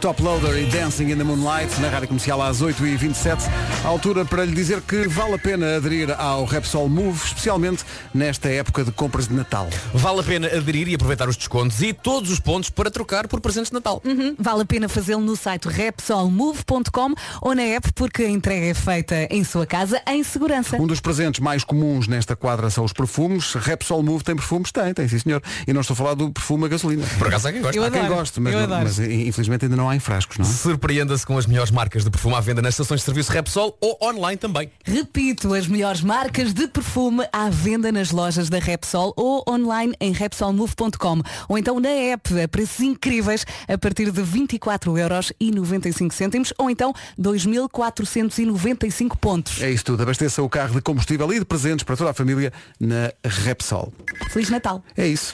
Top Loader e Dancing in the Moonlight na Rádio Comercial às 8h27. A altura para lhe dizer que vale a pena aderir ao Repsol Move, especialmente nesta época de compras de Natal. Vale a pena aderir e aproveitar os descontos e todos os pontos para trocar por presentes de Natal. Uhum, Vale a pena fazê-lo no site repsolmove.com ou na app porque a entrega é feita em sua casa em segurança. Um dos presentes mais comuns nesta quadra são os perfumes. Repsol Move tem perfumes? Tem, tem, sim senhor. E não estou a falar do perfume a gasolina. Por acaso há quem goste. há quem goste, mas, Eu não- adoro. mas, eh, infelizmente ainda não há em frascos, não é? Surpreenda-se com as melhores marcas de perfume à venda nas estações de serviço Repsol ou online também. Repito, as melhores marcas de perfume à venda nas lojas da Repsol ou online em repsolmove.com ou então na app a preços incríveis a partir de 24,95€ ou então 2.495 pontos. É isso tudo. Abasteça o carro de combustível e de presentes para toda a família na Repsol. Feliz Natal! É isso.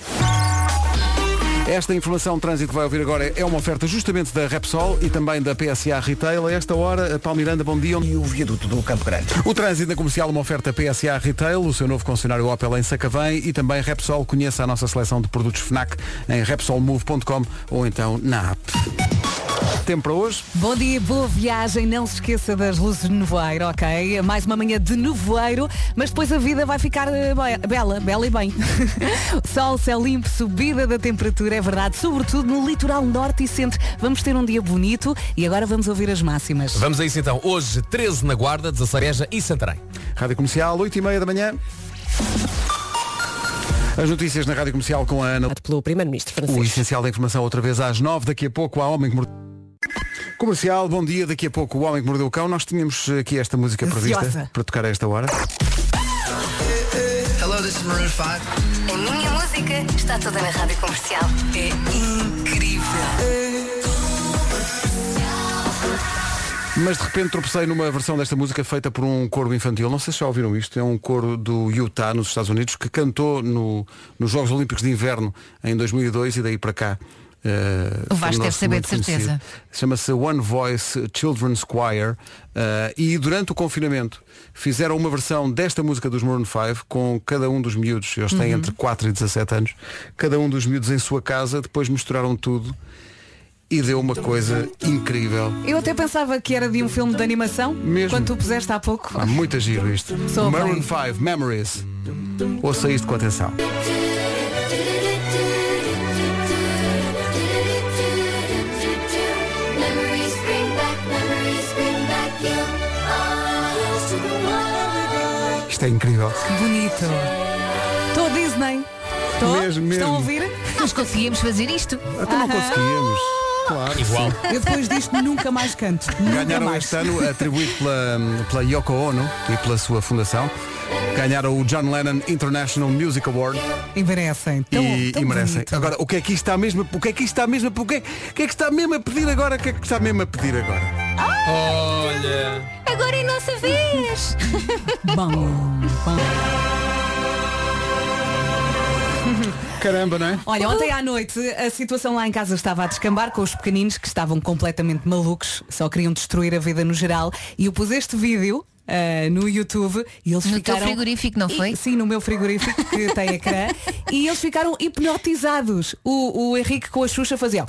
Esta informação de trânsito que vai ouvir agora é uma oferta justamente da Repsol e também da PSA Retail. A esta hora, a Palmiranda, bom dia. E o viaduto do Campo Grande. O trânsito na comercial, uma oferta PSA Retail, o seu novo concessionário Opel em Sacavém e também Repsol. Conheça a nossa seleção de produtos FNAC em repsolmove.com ou então na app. Tempo para hoje. Bom dia, boa viagem. Não se esqueça das luzes de nevoeiro, ok? Mais uma manhã de nevoeiro, mas depois a vida vai ficar eh, be- bela, bela e bem. [laughs] Sol, céu limpo, subida da temperatura, é verdade, sobretudo no litoral norte e centro. Vamos ter um dia bonito e agora vamos ouvir as máximas. Vamos a isso então. Hoje, 13 na Guarda, 16 em Beja e Santarém. Rádio Comercial, 8 e meia da manhã. As notícias na Rádio Comercial com a Ana. Pelo Primeiro-Ministro francês. O essencial da informação outra vez às 9, daqui a pouco há Homem que Mordeu. Comercial, bom dia, daqui a pouco o Homem que Mordeu o Cão. Nós tínhamos aqui esta música prevista Ansiosa. para tocar a esta hora. Hello, this is Maroon 5. A minha música está toda na rádio comercial. É incrível. Mas de repente tropecei numa versão desta música feita por um coro infantil. Não sei se já ouviram isto. É um coro do Utah, nos Estados Unidos, que cantou no- nos Jogos Olímpicos de Inverno em 2002 e daí para cá. eh, O Vasco deve tornou-se saber muito de certeza. conhecido. Chama-se One Voice Children's Choir eh, e durante o confinamento fizeram uma versão desta música dos Maroon 5 com cada um dos miúdos, eles têm Uhum. entre 4 e 17 anos, cada um dos miúdos em sua casa, depois misturaram tudo e deu uma coisa incrível. Eu até pensava que era de um filme de animação, Mesmo. quando tu puseste há pouco. Há muito giro isto. Sou Maroon bem. 5, Memories. Ouça isto com atenção. Isto é incrível. Que bonito. Estou a Disney. Estou? Ah. Mesmo, Estão mesmo. [laughs] a ouvir? Nós conseguíamos fazer isto. Até não Aham. conseguíamos. Claro. que Igual. sim. Eu depois disto nunca mais canto. Nunca Ganharam mais. este ano, atribuído pela, pela Yoko Ono e pela sua fundação. Ganharam o John Lennon International Music Award E merecem. Tão, e, tão e merecem. bonito. Agora, o que é que isto está mesmo? a- O que é que isto está mesmo? a- O que é, o que é que está mesmo a pedir agora? O que é que está mesmo a pedir agora? Olha. Agora é nossa vez. Bom, bom. Caramba, não é? Olha, ontem à noite a situação lá em casa estava a descambar com os pequeninos que estavam completamente malucos, só queriam destruir a vida no geral e eu pus este vídeo ah, no YouTube e eles No teu ficaram... frigorífico, não E- foi? sim, no meu frigorífico que [laughs] tem ecrã e eles ficaram hipnotizados. O, o Henrique com a Xuxa fazia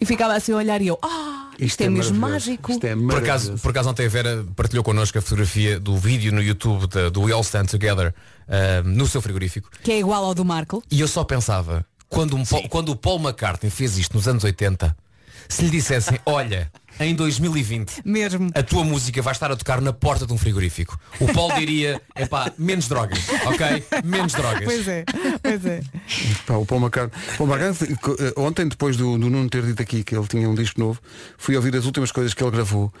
e ficava assim a olhar e eu, ah, isto, é, mesmo mágico. Por acaso, por acaso ontem a Vera partilhou connosco a fotografia do vídeo no YouTube da- do We All Stand Together ah, no seu frigorífico. Que é igual ao do Marco. E eu só pensava, quando, um Paul- quando o Paul McCartney fez isto nos anos 80, se lhe dissessem, [laughs] olha, em 2020 Mesmo. a tua música vai estar a tocar na porta de um frigorífico, o Paul diria, epá, menos drogas, ok? Menos drogas. Pois é, pois [laughs] é. Pá, o Paul McCartney. Paul McCartney, co- eh, ontem, depois do, do Nuno ter dito aqui que ele tinha um disco novo, fui ouvir as últimas coisas que ele gravou.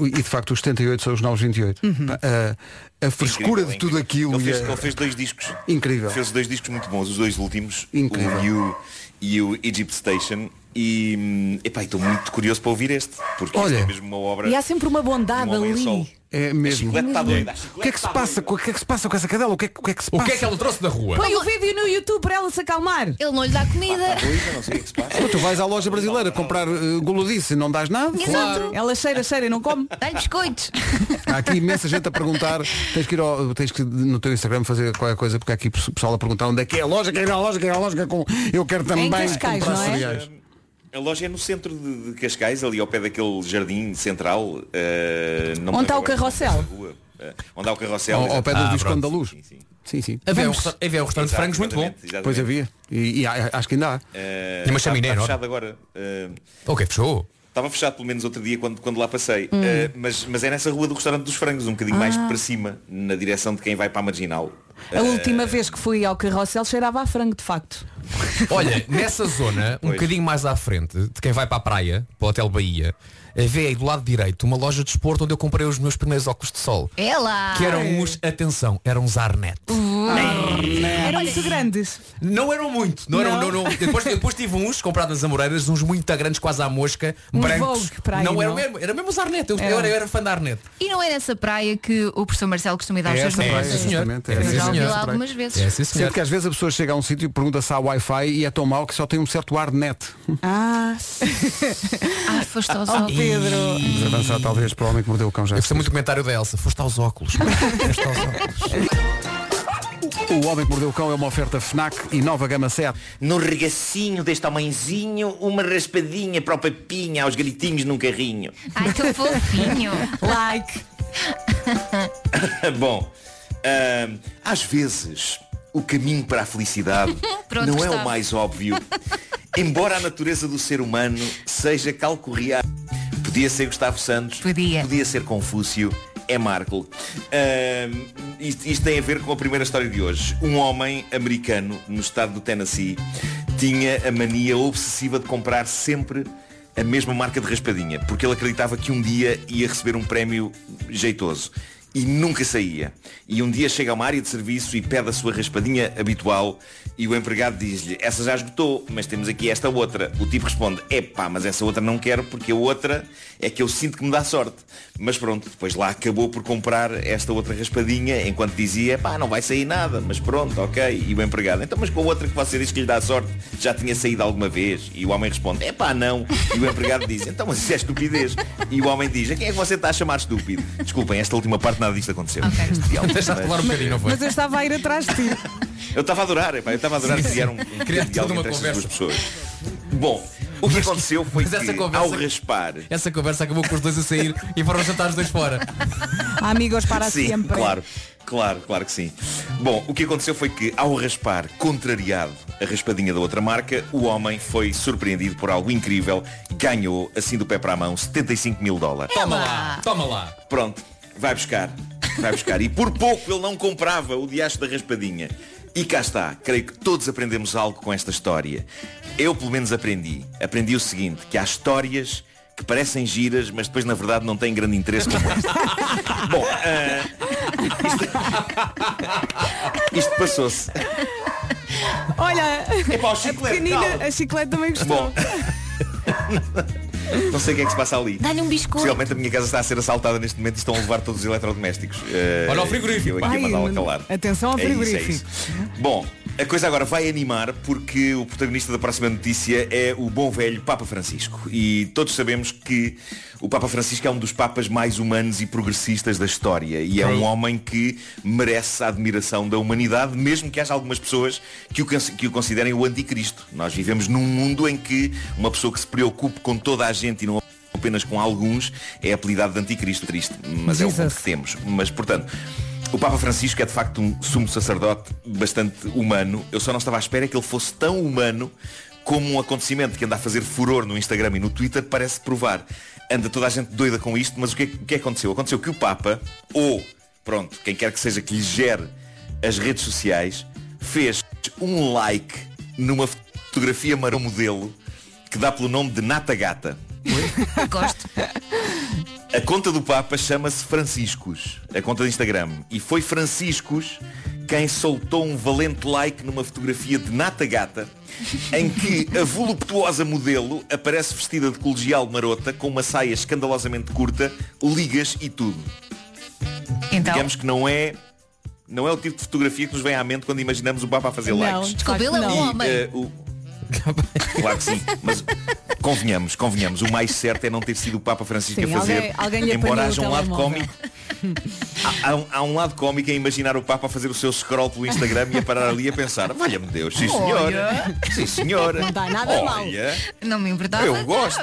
E de facto os 78 são os novos 28. Uhum. Pá, eh, A, a frescura de tudo aquilo. é, Ele e fez, a- ele fez dois discos. Incrível. Fez dois discos muito bons, os dois últimos. Incrível. O You e o Egypt Station. E hum, epá, estou muito curioso para ouvir este. Porque isto Olha. é mesmo uma obra. E há sempre uma bondade Um homem ali. só. É mesmo. chiclete tá doida, a O que é que se passa? com- O que é que se passa com essa cadela? O que é que, o que, é que se passa? que é que ela trouxe da rua? Põe o vídeo no YouTube para ela se acalmar. Ele não lhe dá comida. é Pô, Tu vais à loja brasileira comprar uh, golodice e não dás nada? Ela cheira, cheira e não come. Dá-lhe biscoitos. Há aqui imensa gente a perguntar. Tens que ir ao- tens que no teu Instagram fazer qualquer coisa porque há aqui pessoal a perguntar onde é que é a loja, quem é a loja, quem é a loja com. Eu quero também comprar é? cereais. A loja é no centro de, de Cascais, ali ao pé daquele jardim central. eh, não me Onde está lembro o agora carrossel? da rua. Eh, onde há o carrossel? Ao, ao pé do exatamente. Ah, Visconde da Luz. Sim, sim. Havia um, resta- havia um restaurante de Exato, frangos muito bom. exatamente, exatamente. Pois havia. E, e há- acho que ainda há. Eh, Tinha uma está- chaminé, está não? fechado agora. Eh, Ok, fechou. Estava fechado pelo menos outro dia quando, quando lá passei. Hum. Eh, mas, mas é nessa rua do restaurante dos frangos, um bocadinho mais Ah. para cima, na direção de quem vai para a marginal. A última vez que fui ao carrossel cheirava a frango, de facto. Olha, [laughs] nessa zona, um bocadinho mais à frente, de quem vai para a praia, para o Hotel Bahia, havia aí do lado direito uma loja de esporte onde eu comprei os meus primeiros óculos de sol. É lá. Que eram uns, atenção, eram uns Arnet. Eram muito grandes. Não eram muito, não, eram, não, não. Depois, depois tive uns comprados nas Amoreiras, uns muito grandes, quase à mosca, Um brancos. Vogue para aí, não, era não? mesmo, era mesmo os Arnet, eu, Era. eu era, eu era fã da Arnet. E não é nessa praia que o professor Marcelo costuma ir dar os É seus essa praia, negócios? exatamente, é Eu essa já ouvi praia. lá algumas vezes. É, Sendo que às vezes a pessoa chega a um sítio e pergunta se há Wi-Fi e é tão mau que só tem um certo ar de net. Ah. Ai, Ah, foste aos Oh, óculos. Pedro. Vamos avançar talvez para o homem que mordeu o cão já. Eu gostei muito do comentário da Elsa. Foste aos óculos. O Homem que Mordeu o Cão é uma oferta FNAC e nova gama 7. No regacinho deste tamanzinho, uma raspadinha para o papinha, aos gritinhos num carrinho. Ai, tão fofinho. like. [laughs] Bom, ahm, às vezes o caminho para a felicidade [laughs] Pronto, não é Gustavo. o mais [laughs] óbvio. Embora a natureza do ser humano seja calcorreada. Podia ser Gustavo Santos. Podia. ser Confúcio. É Marco. Ahm, isto, isto tem a ver com a primeira história de hoje. Um homem americano no estado do Tennessee tinha a mania obsessiva de comprar sempre a mesma marca de raspadinha, porque ele acreditava que um dia ia receber um prémio jeitoso. E nunca saía. E um dia chega a uma área de serviço e pede a sua raspadinha habitual e o empregado diz-lhe, essa já esgotou, mas temos aqui esta outra. O tipo responde, epá, mas essa outra não quero porque a outra é que eu sinto que me dá sorte. Mas pronto, depois lá acabou por comprar esta outra raspadinha enquanto dizia, epá, não vai sair nada, mas pronto, ok. E o empregado, então mas com a outra que você diz que lhe dá sorte já tinha saído alguma vez? E o homem responde, epá, não. E o empregado diz, então mas isso é estupidez. E o homem diz, a quem é que você está a chamar estúpido? Desculpem, esta última parte nada disto aconteceu. Este [laughs] diálogo, Deixaste mas- falar um bocadinho, não foi? Mas eu estava a ir atrás de ti. eu estava a adorar, epá, eu estava a adorar Sim, sim. criar um, um pequeno Criar toda diálogo uma entre estas conversa. duas pessoas. Bom, o que aconteceu foi mas que essa conversa- ao raspar. Essa conversa acabou com os dois a sair e foram jantar os dois fora. Amigos [laughs] para sim, sempre. Claro, claro, claro que sim. Bom, o que aconteceu foi que ao raspar, contrariado a raspadinha da outra marca, o homem foi surpreendido por algo incrível, ganhou, assim do pé para a mão, 75 mil dólares. Toma lá, toma lá. Pronto, vai buscar. Vai buscar. E por pouco ele não comprava o diacho da raspadinha. E cá está. Creio que todos aprendemos algo com esta história. Eu pelo menos aprendi. Aprendi o seguinte, que há histórias que parecem giras, mas depois na verdade não têm grande interesse como esta. Bom, ah, isto, isto passou-se. Olha, Epá, o a chiclete, pequenina, calma. a chiclete também gostou. É Bom. [laughs] Não sei o que é que se passa ali. Dá-lhe um biscoito. Possivelmente a minha casa está a ser assaltada neste momento e estão a levar todos os eletrodomésticos. Eh, Olha o frigorífico. Eu aqui a Ai, mandá-la calar. Atenção ao É isso, é frigorífico. Bom, A coisa agora vai animar porque o protagonista da próxima notícia é o bom velho Papa Francisco. E todos sabemos que o Papa Francisco é um dos papas mais humanos e progressistas da história. E é um homem que merece a admiração da humanidade, mesmo que haja algumas pessoas que o, cons- que o considerem o anticristo. Nós vivemos num mundo em que uma pessoa que se preocupe com toda a gente e não apenas com alguns é apelidado de anticristo. Triste, mas é o Jesus. que temos. Mas, portanto, o Papa Francisco é de facto um sumo sacerdote bastante humano. Eu só não estava à espera que ele fosse tão humano como um acontecimento que anda a fazer furor no Instagram e no Twitter parece provar. Anda toda a gente doida com isto, mas o que, é- o que é que aconteceu? Aconteceu que o Papa, ou, pronto, quem quer que seja que lhe gere as redes sociais, fez um like numa fotografia maromodelo modelo que dá pelo nome de Nata Gata. Gosto. A conta do Papa chama-se Franciscos, a conta do Instagram. E foi Franciscos quem soltou um valente like numa fotografia de Nata Gata, em que a voluptuosa modelo aparece vestida de colegial marota, com uma saia escandalosamente curta, ligas e tudo. Então, Digamos que não é, não é o tipo de fotografia que nos vem à mente quando imaginamos o Papa a fazer likes. desculpa, ele é um Oh, E, homem. eh, o- [laughs] Claro que sim, mas convenhamos, convenhamos, o mais certo é não ter sido o Papa Francisco Sim, a fazer, alguém- alguém lhe embora apanhou o haja um lado telemóvel. cómico. Há, há um, há um lado cómico em imaginar o Papa a fazer o seu scroll pelo Instagram e a parar ali a pensar, valha-me Deus, sim senhora, sim senhora, Não dá nada mal. olha, Não me importava. Eu gosto.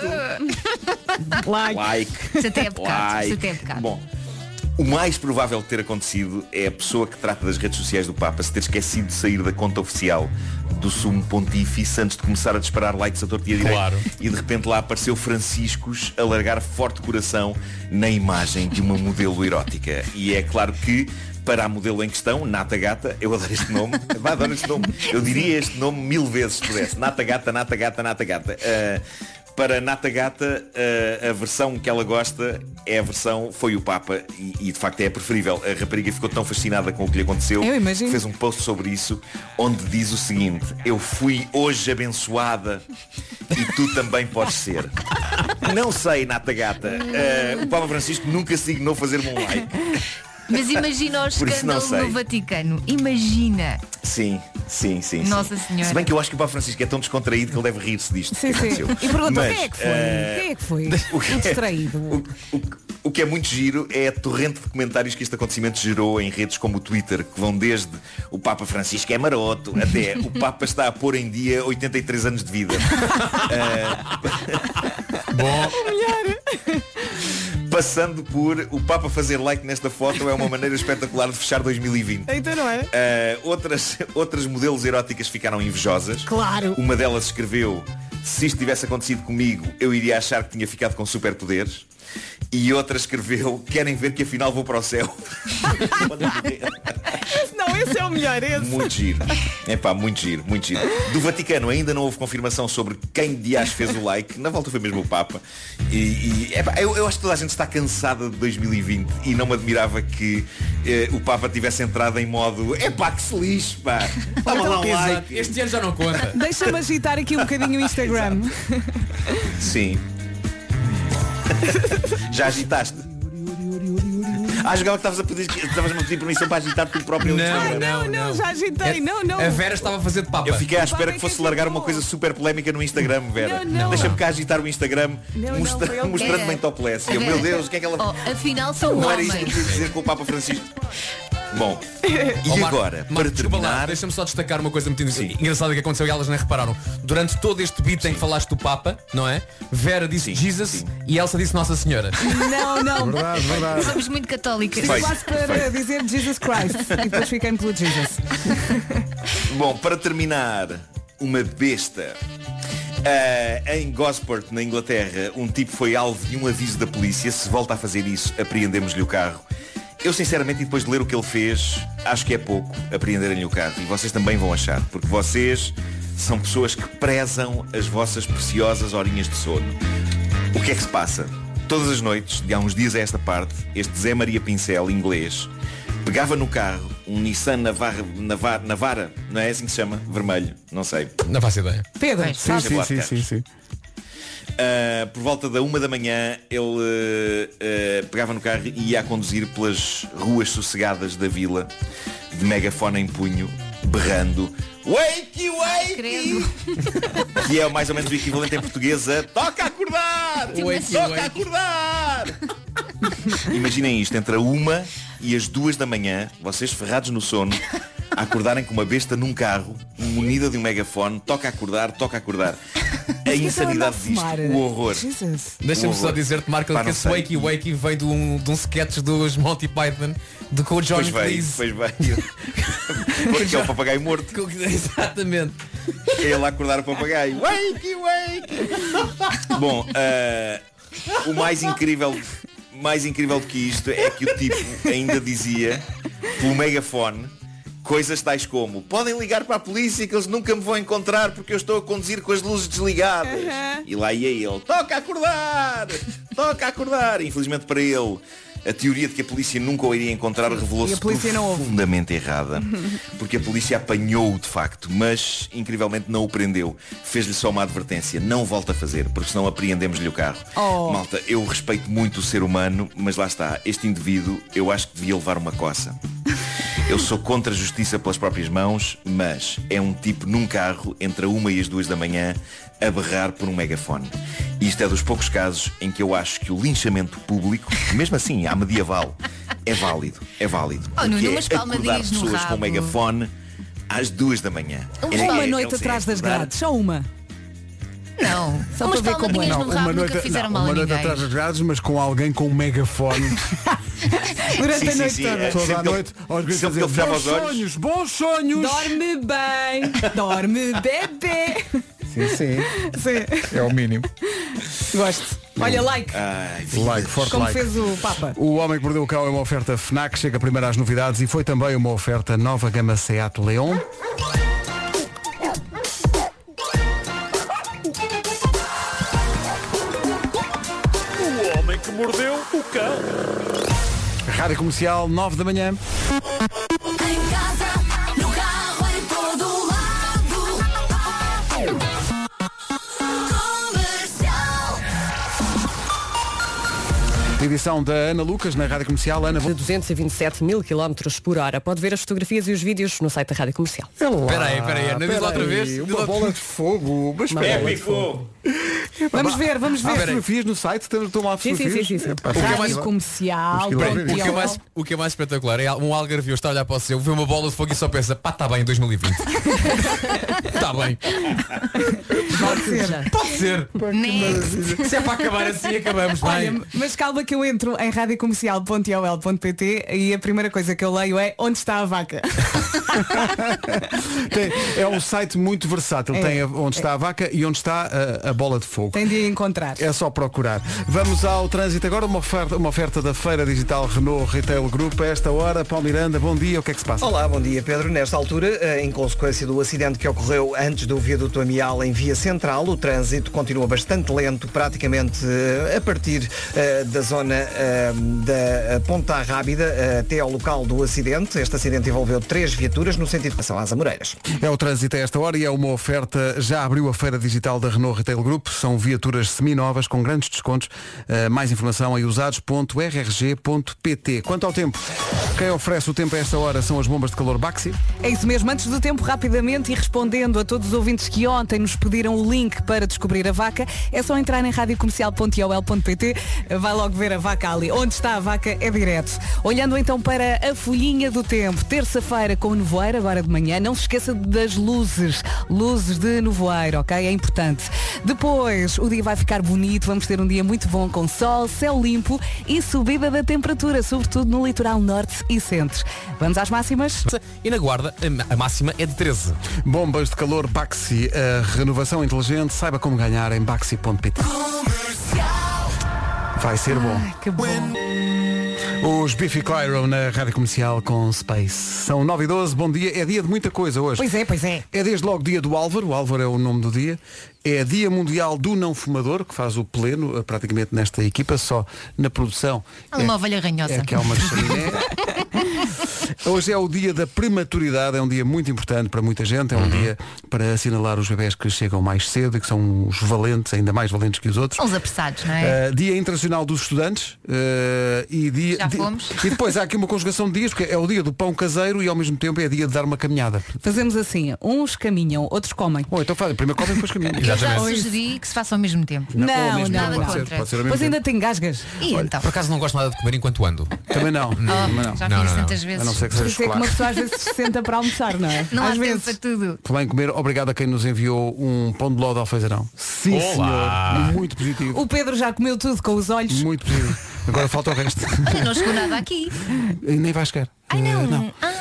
Like. like, Isso até é pecado. Isso like. até é pecado. Bom, o mais provável de ter acontecido é a pessoa que trata das redes sociais do Papa se ter esquecido de sair da conta oficial do sumo pontífice antes de começar a disparar likes a torto e a direito. Claro. E de repente lá apareceu Franciscos a largar forte coração na imagem de uma modelo erótica. E é claro que para a modelo em questão, Nata Gata, eu adoro este nome, Vá, adoro este nome, eu diria este nome mil vezes se pudesse, Nata Gata, Nata Gata, Nata Gata. Ah, para Nata Gata, ah, a versão que ela gosta é a versão Foi o Papa e, e, de facto é a preferível. A rapariga ficou tão fascinada com o que lhe aconteceu, Eu imagino. fez um post sobre isso, onde diz o seguinte, eu fui hoje abençoada e tu também podes ser. Não sei, Nata Gata, ah, o Papa Francisco nunca se dignou fazer-me um like. Mas imagina o [laughs] Por isso não escândalo sei. no Vaticano. Imagina. Sim, sim, sim. sim. Nossa Senhora. Se bem que eu acho que o Papa Francisco é tão descontraído que ele deve rir-se disto. Sim, que sim. aconteceu. E perguntou Mas, quem é que foi? eh, Quem é que [laughs] foi? O que é- distraído. O que é muito giro é a torrente de comentários que este acontecimento gerou em redes como o Twitter, que vão desde o Papa Francisco é maroto até o Papa está a pôr em dia 83 anos de vida. Bom. Passando por o Papa fazer like nesta foto é uma maneira espetacular de fechar 2020. Então não é? Uh, outras, [laughs] outras modelos eróticas ficaram invejosas. Claro. Uma delas escreveu, se isto tivesse acontecido comigo, eu iria achar que tinha ficado com superpoderes. E outra escreveu, querem ver que afinal vou para o céu. [laughs] Não, esse é o melhor, esse. Muito [laughs] giro. É pá, muito giro, muito giro. Do Vaticano ainda não houve confirmação sobre quem de as fez o like. Na volta foi mesmo o Papa. E, é pá, eu, eu acho que toda a gente está cansada de 2020 e não me admirava que eh, o Papa tivesse entrado em modo é pá, que se lixe, [laughs] pá. Toma lá um Exato. like. Este ano já não conta. Deixa-me agitar aqui um bocadinho o Instagram. Sim. Já agitaste? Ah, jogava que estavas a pedir, estavas-me a pedir permissão para agitar tu próprio. Não, Instagram. não, não. já É- agitei, não, não. A Vera estava a fazer de papa. Eu fiquei à espera que fosse largar uma coisa super polémica no Instagram, Vera. Não, não. Deixa-me cá agitar o Instagram Não, não, mostra- foi ele. é. mostrando-me em topless. Eu, Vera, Meu Deus, o que é que ela... Oh, afinal são Não era homens. isto que eu queria dizer com o Papa Francisco. [laughs] Bom, e agora, para terminar... Deixa-me só destacar uma coisa muito engraçada que aconteceu e elas nem repararam. Durante todo este beat em que falaste do Papa, não é? Vera disse Jesus e Elsa disse Nossa Senhora. Não, não. Somos muito católicas. Estive quase para dizer Jesus Christ e depois fiquei pelo Jesus. Bom, para terminar, uma besta. Ah, em Gosport, na Inglaterra, um tipo foi alvo de um aviso da polícia. Se volta a fazer isso, apreendemos-lhe o carro. Eu, sinceramente, e depois de ler o que ele fez, acho que é pouco apreenderem-lhe o carro. E vocês também vão achar, porque vocês são pessoas que prezam as vossas preciosas horinhas de sono. O que é que se passa? Todas as noites, de há uns dias a esta parte, este Zé Maria Pincel, inglês, pegava no carro um Nissan Navarra, Nava- Navara, não é assim que se chama? Vermelho, não sei. Não faço ideia. Pedro, Sim, Vamos sim, lá, sim, Carlos. sim, sim. Ah, por volta da uma da manhã, ele ah, ah, pegava no carro e ia a conduzir pelas ruas sossegadas da vila, de megafone em punho, berrando Wakey, wakey! [laughs] que é mais ou menos o equivalente em português a Toca acordar! Tipo Wakey, assim, Toca wakey. acordar! Imaginem isto, entre a uma e as duas da manhã, vocês ferrados no sono, a acordarem com uma besta num carro, munida de um megafone, toca acordar, toca acordar. A Então, insanidade disto, o horror. Deixa-me O só horror. dizer-te, Marco, Pá, que não esse sei. Wakey Wakey vem de um, de um sketch dos Monty Python de com o John Pois veio, Cleese. pois veio. [laughs] Porque é o papagaio morto. [laughs] Exatamente. Ele a acordar o papagaio. Wakey, wakey! Bom, ah, o mais incrível, mais incrível do que isto é que o tipo ainda dizia, pelo megafone, coisas tais como podem ligar para a polícia que eles nunca me vão encontrar porque eu estou a conduzir com as luzes desligadas. Aham. E lá ia ele, toca acordar! Toca acordar! Infelizmente para ele, a teoria de que a polícia nunca o iria encontrar E revelou-se a polícia não ouve. profundamente [laughs] errada. Porque a polícia apanhou-o de facto, mas incrivelmente não o prendeu. Fez-lhe só uma advertência. Não volta a fazer, porque senão apreendemos-lhe o carro. Oh. Malta, eu respeito muito o ser humano, mas lá está. Este indivíduo, eu acho que devia levar uma coça. Eu sou contra a justiça pelas próprias mãos, mas é um tipo num carro entre a uma e as duas da manhã a berrar por um megafone. E Isto é dos poucos casos em que eu acho que o linchamento público, mesmo assim, à medieval, é válido. É válido. Oh, Nuno, Porque umas é acordar palmadinhas no pessoas com rabo. um megafone às duas da manhã. Ou É- uma é- noite é- é atrás das acordar- grades, só uma. Não. Só para ver como é. palmadinhas no rabo nunca fizeram mal a uma noite ninguém. atrás das grades, mas com alguém com um megafone. Durante Sim, a sim, noite sim, toda. é- Toda sempre a que ele- noite, aos gritos a sempre que dizer, ele fechava bons os olhos. sonhos, bons sonhos. Dorme bem, dorme bebê. Sim, sim. Sim, É o mínimo. gosto. Olha, like. Ai, Like, forte Como É. like. fez o Papa. O Homem que Mordeu o Cão é uma oferta FNAC, chega primeiro às novidades e foi também uma oferta nova gama Seat Leon. O homem que mordeu o cão. Rádio Comercial, 9 da manhã. Em casa, no carro, em todo lado. Edição da Ana Lucas na Rádio Comercial. Ana, De 227 mil quilómetros por hora. Pode ver as fotografias e os vídeos no site da Rádio Comercial. Espera aí, Ah, espera aí, Ana, diz lá outra peraí, vez. Uma bola de fogo. Mas espera é aí. Vamos ver, vamos Ah, ver. Há fotografias no site, estão estão lá Sim, sim, fotografias. sim, sim, sim. Epá, O que é Rádio mais- comercial, Espera aí, bom o, que é dia. mais, o que é mais espetacular é um algarvio está a olhar para o seu, vê uma bola de fogo e só pensa, pá, está bem em [laughs] 2020. Está Tá bem. Pode ser. Next. Se é para acabar assim, acabamos Olha, bem. mas calma que eu entro em radiocomercial.ol.pt e a primeira coisa que eu leio é onde está a vaca. Tem- é um site muito versátil. É. Tem a- onde está a vaca e onde está a, a bola de fogo. Tem de encontrar. É só procurar. Vamos ao trânsito agora, uma oferta, uma oferta da Feira Digital Renault Retail Group. A esta hora, Paulo Miranda, bom dia, o que é que se passa? Olá, bom dia Pedro. Nesta altura, eh, em consequência do acidente que ocorreu antes do viaduto Amial em via central, o trânsito continua bastante lento, praticamente eh, a partir eh, da zona eh, da Ponta Rábida eh, até ao local do acidente. Este acidente envolveu três viaturas no sentido de passar às Amoreiras. É o trânsito a esta hora e é uma oferta, já abriu a Feira Digital da Renault Retail Group, são viaturas seminovas com grandes descontos. Eh, mais informação em usados.rrg.pt. Quanto ao tempo, quem oferece o tempo a esta hora são as bombas de calor Baxi. É isso mesmo, antes do tempo, rapidamente e respondendo a todos os ouvintes que ontem nos pediram o link para descobrir a vaca, é só entrar em radiocomercial.ol.pt, vai logo ver a vaca ali. Onde está a vaca é direto. Olhando então para a folhinha do tempo, terça-feira com o nevoeiro, agora de manhã, não se esqueça das luzes, luzes de nevoeiro, ok? É importante. Depois, o dia vai ficar bonito, vamos ter um dia muito bom com sol, céu limpo e subida da temperatura, sobretudo no litoral norte e centro. Vamos às máximas? E na guarda, a ma- a máxima é de 13. Bombas de calor Baxi, a renovação inteligente, saiba como ganhar em baxi.pt. Vai ser bom. é? Que bom. Os Biffy Clyro na Rádio Comercial com Space. São 9 e 12, bom dia. É dia de muita coisa hoje. Pois é, pois é. É desde logo dia do Álvaro, o Álvaro é o nome do dia. É dia mundial do não fumador, que faz o pleno eh, praticamente nesta equipa, só na produção. Ela é uma ovelha ranhosa. [laughs] É que há uma chaminé. Hoje é o dia da prematuridade, é um dia muito importante para muita gente, é um dia para assinalar os bebés que chegam mais cedo e que são os valentes, ainda mais valentes que os outros. São os apressados, não é? Uh, dia Internacional dos Estudantes uh, e dia, Já di- fomos. e depois há aqui uma conjugação de dias porque é o dia do pão caseiro e ao mesmo tempo é dia de dar uma caminhada. Fazemos assim, uns caminham, outros comem. Ou então faz, primeiro comem, depois caminham. Eu já sugeri que se faça ao mesmo tempo. Não, Não, ao mesmo nada tempo, pode contra. ser, pode ser ao mesmo Pois tempo. ainda- Ainda tem gasgas. E então? Por acaso não Ah. gosto nada de comer enquanto ando. Também não. Ah, Também não. já fiz Não, não, tantas não. vezes. A não ser que Por seja isso é que uma chocolate. pessoa às vezes se senta para almoçar, não é? Não há às tempo vezes. para tudo. Falar em comer, obrigado a quem nos enviou um pão de ló de alfeizarão. Sim, Olá. senhor. Muito positivo. O Pedro já comeu tudo com os olhos. Muito positivo. Agora falta o resto. [laughs] Olha, não chegou nada aqui. E Nem vai chegar. Eh, não. Não. Ah.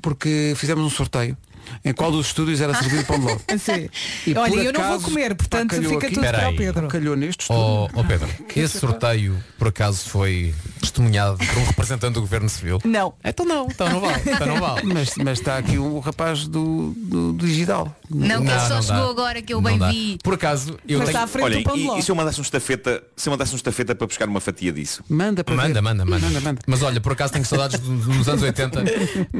porque fizemos um sorteio em qual dos estúdios era servido pão [laughs] de ló. Sim. E assim. Olha, por eu não vou acaso, comer, pá, portanto calhou fica aqui. tudo para o Peraí. Pedro. Calhou neste estúdio. Oh, oh, Pedro, [laughs] esse sorteio por acaso foi testemunhado por um representante do Governo Civil? Não. Então não, então não vale. Então não vale. [laughs] Mas, mas está aqui um rapaz do, do digital. Não, que ele Não, só não chegou dá. agora que eu Não bem dá. vi. Por acaso, eu Mas tenho... está à frente Olhem, do pão de ló. e, e se eu mandasse um estafeta, se eu mandasse um estafeta para buscar uma fatia disso? Manda para Manda, ver. manda, manda, Manda, manda. Mas olha, por acaso tenho saudades do- dos anos 80.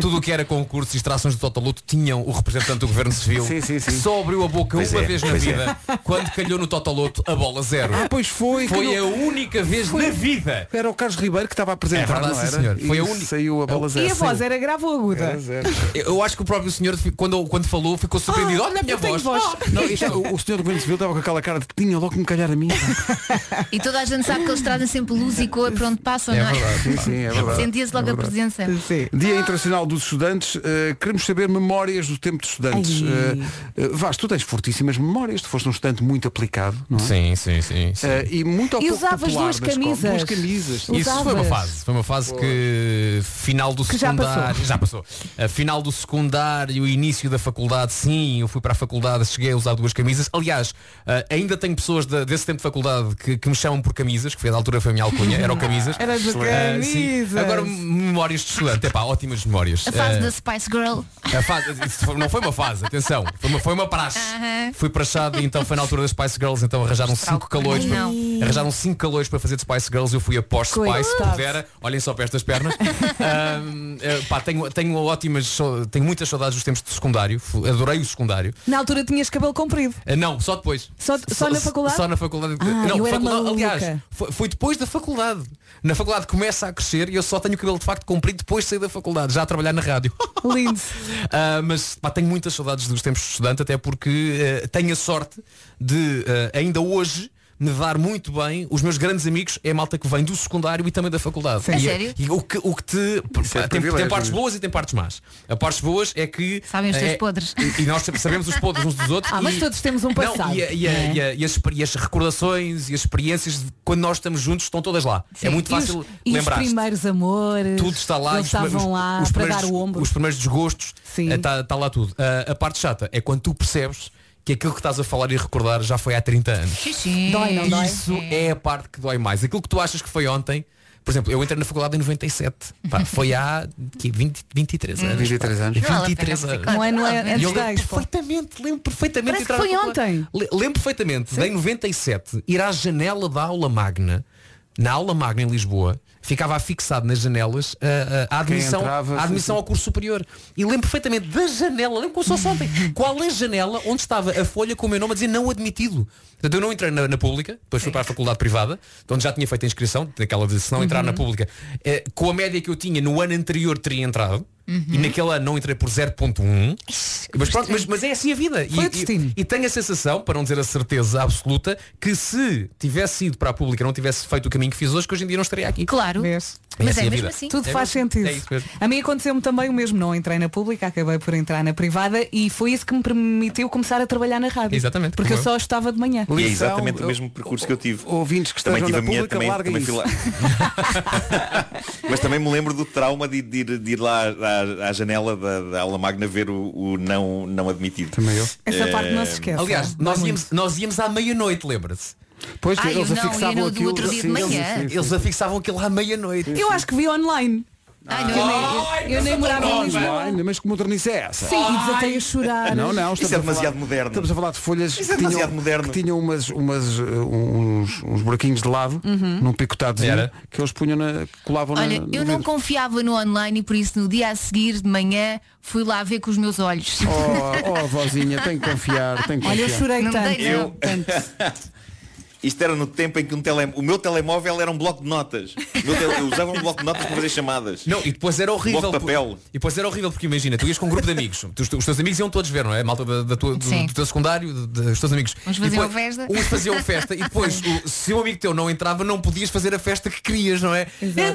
Tudo o que era concursos e extrações do Totoluto tinham o representante do Governo Civil. Sim, sim, sim. que Só abriu a boca Pois uma é, vez na pois é. vida, quando calhou no Totoluto a bola zero. Ah, pois foi. Foi calhou. a única vez na vida. Era o Carlos Ribeiro que estava a apresentar, É verdade, não sim, era? senhor. Foi e a única- saiu a é bola zero. E a assim. voz era grave ou aguda? Era zero. Eu acho que o próprio senhor, quando, quando falou, ficou surpreendido. olha a minha eu tenho voz. voz. Ah, Não, isto- o, o senhor do Governo Civil estava com aquela cara de tinha logo que me calhar a [laughs] mim. E toda a gente sabe que eles trazem sempre luz e cor para onde passam, É não é? verdade. Sim, sim, é verdade. Sentia-se logo É a verdade. presença. Sim. Dia Internacional dos Estudantes, eh, queremos saber memórias do tempo de estudantes. Ai. Eh, eh, Vasco, tu tens fortíssimas memórias, tu foste um estudante muito aplicado, não é? Sim, sim, sim. sim. Eh, e muito ao E pouco usavas popular duas na escola. camisas. Duas camisas. Usavas. Isso foi uma fase, foi uma fase que final do já passou. secundário, já passou. A final do secundário, início da faculdade, sim, eu fui para a faculdade, cheguei a usar duas camisas. Aliás, ah, ainda tenho pessoas da- desse tempo de faculdade que, que me chamam por camisas, que foi da altura foi a minha alcunha, [laughs] eram camisas. Era de Ah, sim. camisas. Agora memórias de estudante, é pá, ótimas memórias. A fase Ah, da Spice Girl. a fase- isso foi- não foi uma fase, atenção, foi uma, foi uma praxe. Aham. Fui praxado e então foi na altura das Spice Girls, então arranjaram cinco calores. para- Não. arranjaram cinco calores para fazer de Spice Girls, eu fui a pós Spice, Coitado. pudera, olhem só para estas pernas. Ahm, eh, pá, tenho, tenho ótimas, so- tenho muitas saudades dos tempos de secundário, fu- adorei o secundário. Na altura tinhas cabelo comprido. Ah, Não, só depois. Só- só na faculdade? Só na faculdade. Ah, não, eu era faculdade- maluca. aliás, foi, foi depois da faculdade. Na faculdade começa a crescer e eu só tenho o cabelo de facto comprido depois de sair da faculdade, já a trabalhar na rádio. [laughs] Lindo. Ah, mas pá, tenho muitas saudades dos tempos de estudante, até porque eh, tenho a sorte de eh, ainda hoje me dar muito bem os meus grandes amigos é a malta que vem do secundário e também da faculdade A e, é sério? e o que o que te é tem, privilégio. tem partes boas e tem partes más a partes boas é que Sabem os teus é- podres. e, e nós sabemos os podres uns dos outros Ah, mas e- todos temos um passado. não, e, a- e a- não é? e a- e as, exper- e as recordações e as experiências de quando nós estamos juntos estão todas lá é muito E os- fácil e os, lembrar primeiros amores. tudo está lá, Eles os prime- estavam os- lá os para primeiros dar o des- ombro. Os primeiros desgostos, Sim. está lá tudo. Ah, a parte chata é quando tu percebes que aquilo que estás a falar e recordar já foi há 30 anos. Xixi. Dói, não dói? Isso é a parte que dói mais. Aquilo que tu achas que foi ontem, por exemplo, eu entrei na faculdade em 97. Pá, foi há que, 20, 23 Hum. anos. 23 anos. Não vale a pena 23 anos. ficar. Um ano é- Não, E antes eu da lembro Expo. perfeitamente, lembro perfeitamente Parece de entrar que foi na faculdade. ontem. Le- Lembro perfeitamente de em 97 ir à janela da aula magna, na aula magna em Lisboa, ficava afixado nas janelas ah, a, a- a admissão, entrava, a sim, admissão sim. ao curso superior. E lembro perfeitamente da janela, lembro como se fosse [laughs] ontem, qual é a janela onde estava a folha com o meu nome a dizer não admitido. Portanto, eu não entrei na, na pública, depois fui para a faculdade privada, de onde já tinha feito a inscrição, daquela de se não entrar na Uhum. pública, eh, com a média que eu tinha no ano anterior teria entrado, Uhum. e naquele ano não entrei por 0.1. Mas, pronto, mas, mas é assim a vida. E- Foi o e, destino. e tenho a sensação, para não dizer a certeza absoluta, que se tivesse ido para a pública, não tivesse feito o caminho que fiz hoje, que hoje em dia não estaria aqui. Claro. Vês? Mas Essa é, é a mesmo vida. assim. Tudo É faz mesmo- sentido. é isso mesmo. a mim aconteceu-me também o mesmo. Não entrei na pública, acabei por entrar na privada e foi isso que me permitiu começar a trabalhar na rádio. Exatamente, Porque eu como eu. só estava de manhã. E é Lição, exatamente o eu- mesmo percurso que eu tive. Ouvintes que Também estejam tive na a minha, pública, também, larga também fui isso. lá. [laughs] [laughs] Mas também me lembro do trauma de, de ir, de ir lá à, à janela da, da aula magna ver o, o não, não admitido. Também eu. Essa parte É não se esquece. Aliás, nós íamos, nós íamos à meia-noite, lembra-se? Pois Ah, eu eles não, eu afixavam não, aquilo. do assim, outro dia sim, de manhã. sim, sim, sim. Eles afixavam aquilo à meia-noite. Eu acho que vi online. Ai, não, eu nem- eu- eu nem morava em Lisboa. Ai, mas que modernice é essa? Sim, e desatei a chorar. Não, não, Isso estamos é a falar- demasiado moderno. Estamos a falar de folhas Isso é que tinham, demasiado moderno. que tinham umas, umas, uh, uns, uns buraquinhos de lado, Uhum. num picotadozinho, Era. que eles punham na, colavam Olha, na. no eu não vidro. confiava no online e por isso no dia a seguir de manhã fui lá ver com os meus olhos. Oh, oh, vozinha, tem que confiar, tem que confiar. não dei nada. Eu- Isto era no tempo em que um tele... o meu telemóvel era um bloco de notas. O meu tele- Eu usava um bloco de notas para fazer chamadas. Não, e depois era horrível. Bloco de por- papel. E depois era horrível porque imagina, tu ias com um grupo de amigos, tu- os teus amigos iam todos ver, não é? A Malta da, da tua, do, Sim. do teu secundário, de- de- dos teus amigos. Uns E faziam depois- festa. Uns faziam festa e [laughs] depois, o, se um amigo teu não entrava, não podias fazer a festa que querias, não é? Entrei,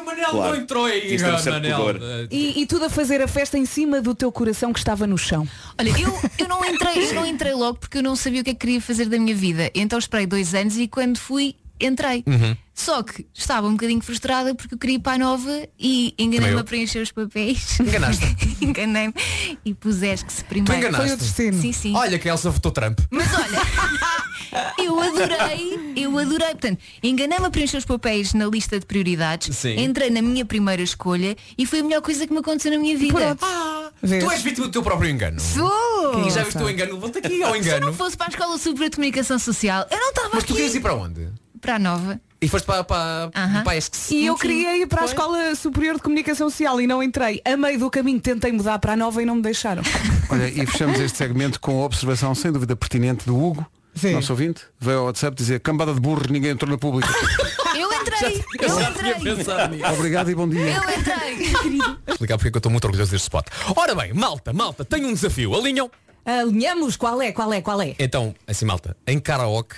o Manel Claro. não entrou aí. Isto era um Ah, certo pudor. E, e tudo a fazer a festa em cima do teu coração que estava no chão. Olha, eu, eu não entrei, eu não entrei logo porque eu não sabia o que é que queria fazer da minha vida. Então esperei dois anos e quando fui, entrei. Uhum. Só que estava um bocadinho frustrada porque eu queria ir para a nova e Também eu. enganei-me a preencher os papéis. Enganaste. [laughs] Enganei-me e puseste-se Tu primeiro. enganaste. Sim, sim. Olha que a Elsa votou Trump. Eu adorei, eu adorei. Portanto, enganei-me a preencher os papéis na lista de prioridades, Sim. entrei na minha primeira escolha e foi a melhor coisa que me aconteceu na minha vida. Ah, Tu és vítima do teu próprio engano. Sou! E já viste o teu engano? Levanta aqui ao Se eu não engano. fosse para a Escola Superior de Comunicação Social, eu não estava Mas tu aqui querias ir para onde? para a nova. E foste para, para, Aham. para este E eu queria ir para a Escola Superior de Comunicação Social e não entrei. A meio do caminho tentei mudar para a nova e não me deixaram. Olha, e fechamos este segmento com a observação sem dúvida pertinente do Hugo, nosso ouvinte, veio ao WhatsApp dizer cambada de burro, ninguém entrou na pública. Eu entrei, eu entrei. Obrigado e bom dia. Eu entrei. Explicar porque é que eu estou muito orgulhoso deste spot. Ora bem, malta, malta, tenho um desafio. Alinham. Alinhamos? Qual é? Qual é? Qual é? Então, assim, malta, em karaoke,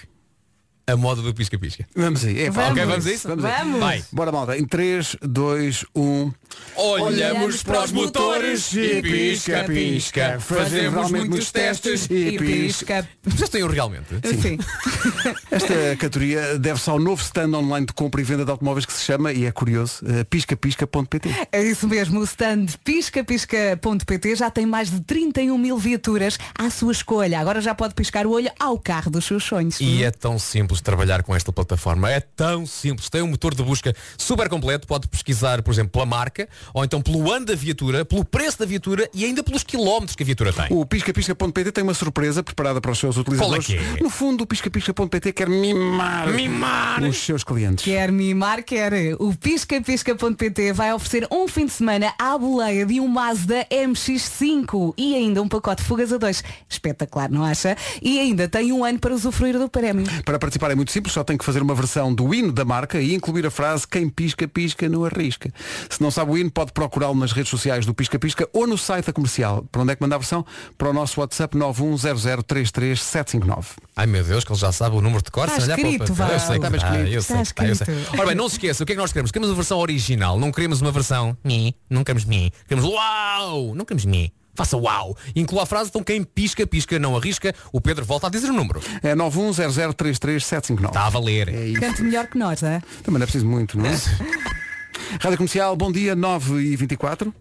a moda do pisca-pisca. Vamos aí. É, Vamos. Ok, vamos a isso? Vamos. aí. Vamos. Vai. Bora, malta. Em um. 3, 2, 1. Olhamos para os motores e pisca, pisca. Fazemos muitos testes e pisca. Vocês têm um realmente? Sim. [laughs] Esta categoria deve-se ao novo stand online de compra e venda de automóveis que se chama, e é curioso, eh, piscapisca.pt. É isso mesmo, o stand piscapisca.pt já tem mais de 31 mil viaturas à sua escolha. Agora já pode piscar o olho ao carro dos seus sonhos. E é tão simples trabalhar com esta plataforma. É tão simples. Tem um motor de busca super completo. Pode pesquisar, por exemplo, pela marca, ou então pelo ano da viatura, pelo preço da viatura e ainda pelos quilómetros que a viatura tem. O piscapisca.pt tem uma surpresa preparada para os seus utilizadores. Qual é que é? No fundo, o piscapisca.pt quer mimar, Mimar! os seus clientes. Quer mimar, quer. O piscapisca.pt vai oferecer um fim de semana à boleia de um Mazda MX-5 e ainda um pacote de fugas a dois. Espetacular, não acha? E ainda tem um ano para usufruir do prémio. Para participar é muito simples, só tem que fazer uma versão do hino da marca e incluir a frase quem pisca, pisca, não arrisca. Se não sabe o hino, pode procurá-lo nas redes sociais do Pisca Pisca ou no site da comercial. Para onde é que manda a versão? Para o nosso WhatsApp 910033759. Ai meu Deus, que ele já sabe o número de cor. Está se olhar para o escrito, papel. vá. Eu sei que Está está, escrito, eu sei está que está, eu escrito. sei. Ora bem, não se esqueça, o que é que nós queremos? Queremos uma versão original, não queremos uma versão mi, não queremos mi, queremos uau, não queremos mi. Faça uau. Inclua a frase, então quem pisca, pisca, não arrisca. O Pedro volta a dizer o número. É 910033759. Está a valer. É isso. Canto melhor que nós, é? Também não é preciso muito, não é? Rádio Comercial, bom dia, 9 e 24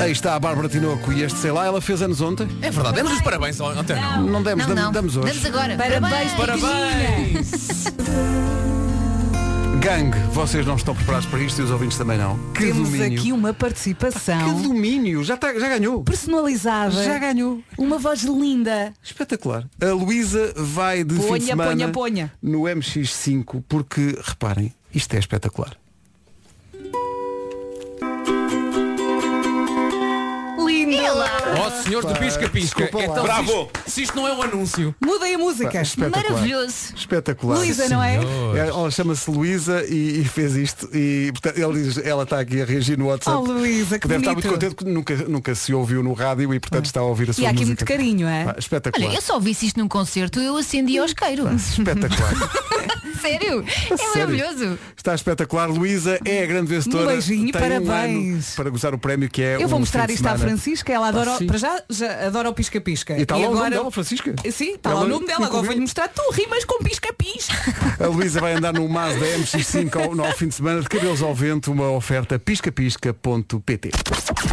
Aí está a Bárbara Tinoco e este, sei lá, ela fez anos ontem. É verdade, demos os parabéns ao António. Não, demos, damos, damos hoje. Damos agora. Parabéns, Gang, vocês não estão preparados para isto e os ouvintes também não. Que Temos domínio. aqui um uma participação. Que domínio, já, tá- já ganhou. Personalizada. Já ganhou. Uma voz linda. Espetacular. A Luísa vai de fim Ponha, de semana ponha, ponha. no MX5 porque, reparem, isto é espetacular. Linda. Ó senhor do Pá, pisca-pisca. desculpa lá. Então, se isto- Bravo. Se isto não é um anúncio. Mudei a música. Pá, Ah, espetacular. Espetacular. Luísa, não é? Senhor. É, Ela chama-se Luísa e, e fez isto. E portanto, ele diz- ela está aqui a reagir no WhatsApp. Oh, Luísa, que deve estar bonito. É. muito contente porque nunca, nunca se ouviu no rádio e portanto está a ouvir a sua há aqui música. muito carinho, é? Pá, espetacular. Olha, eu só vi isto num concerto, eu acendi ao isqueiro. Espetacular. [laughs] Sério? É Sério. maravilhoso. Está espetacular. Luísa é a grande vencedora. Um beijinho e Tem um parabéns. ano para gozar o prémio que é Eu vou um mostrar fim de isto à semana. Francisca, ela adora, Ah, sim. para já, já adora o pisca-pisca. E está lá o nome dela, Francisca? Sim, está lá Ela- o nome dela, nunca agora ouvi. vou-lhe mostrar, tu rimas com pisca-pisca. A Luísa vai andar no [laughs] Mazda MX5 ao, no fim de semana de cabelos ao vento, uma oferta piscapisca.pt.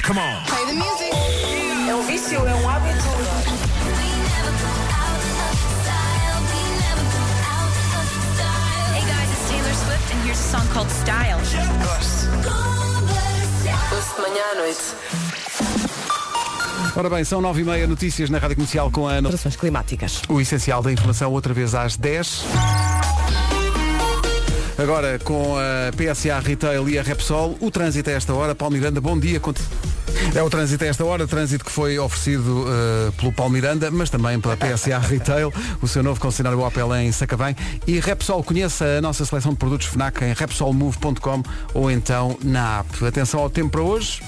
Come on! É um vício, é um hábito. Hey guys, it's Taylor Swift, and here's a song called Style. à noite. Ora bem, são 9h30 notícias na Rádio Comercial com a Ana. Alterações climáticas. O essencial da informação outra vez às 10. Agora com a PSA Retail e a Repsol, o trânsito a esta hora. Paulo Miranda, bom dia. Conti- É o trânsito a esta hora, trânsito que foi oferecido eh, pelo Paulo Miranda, mas também pela PSA [laughs] Retail, o seu novo concessionário Opel em Sacavém. E Repsol, conheça a nossa seleção de produtos FNAC em repsolmove.com ou então na app. Atenção ao tempo para hoje.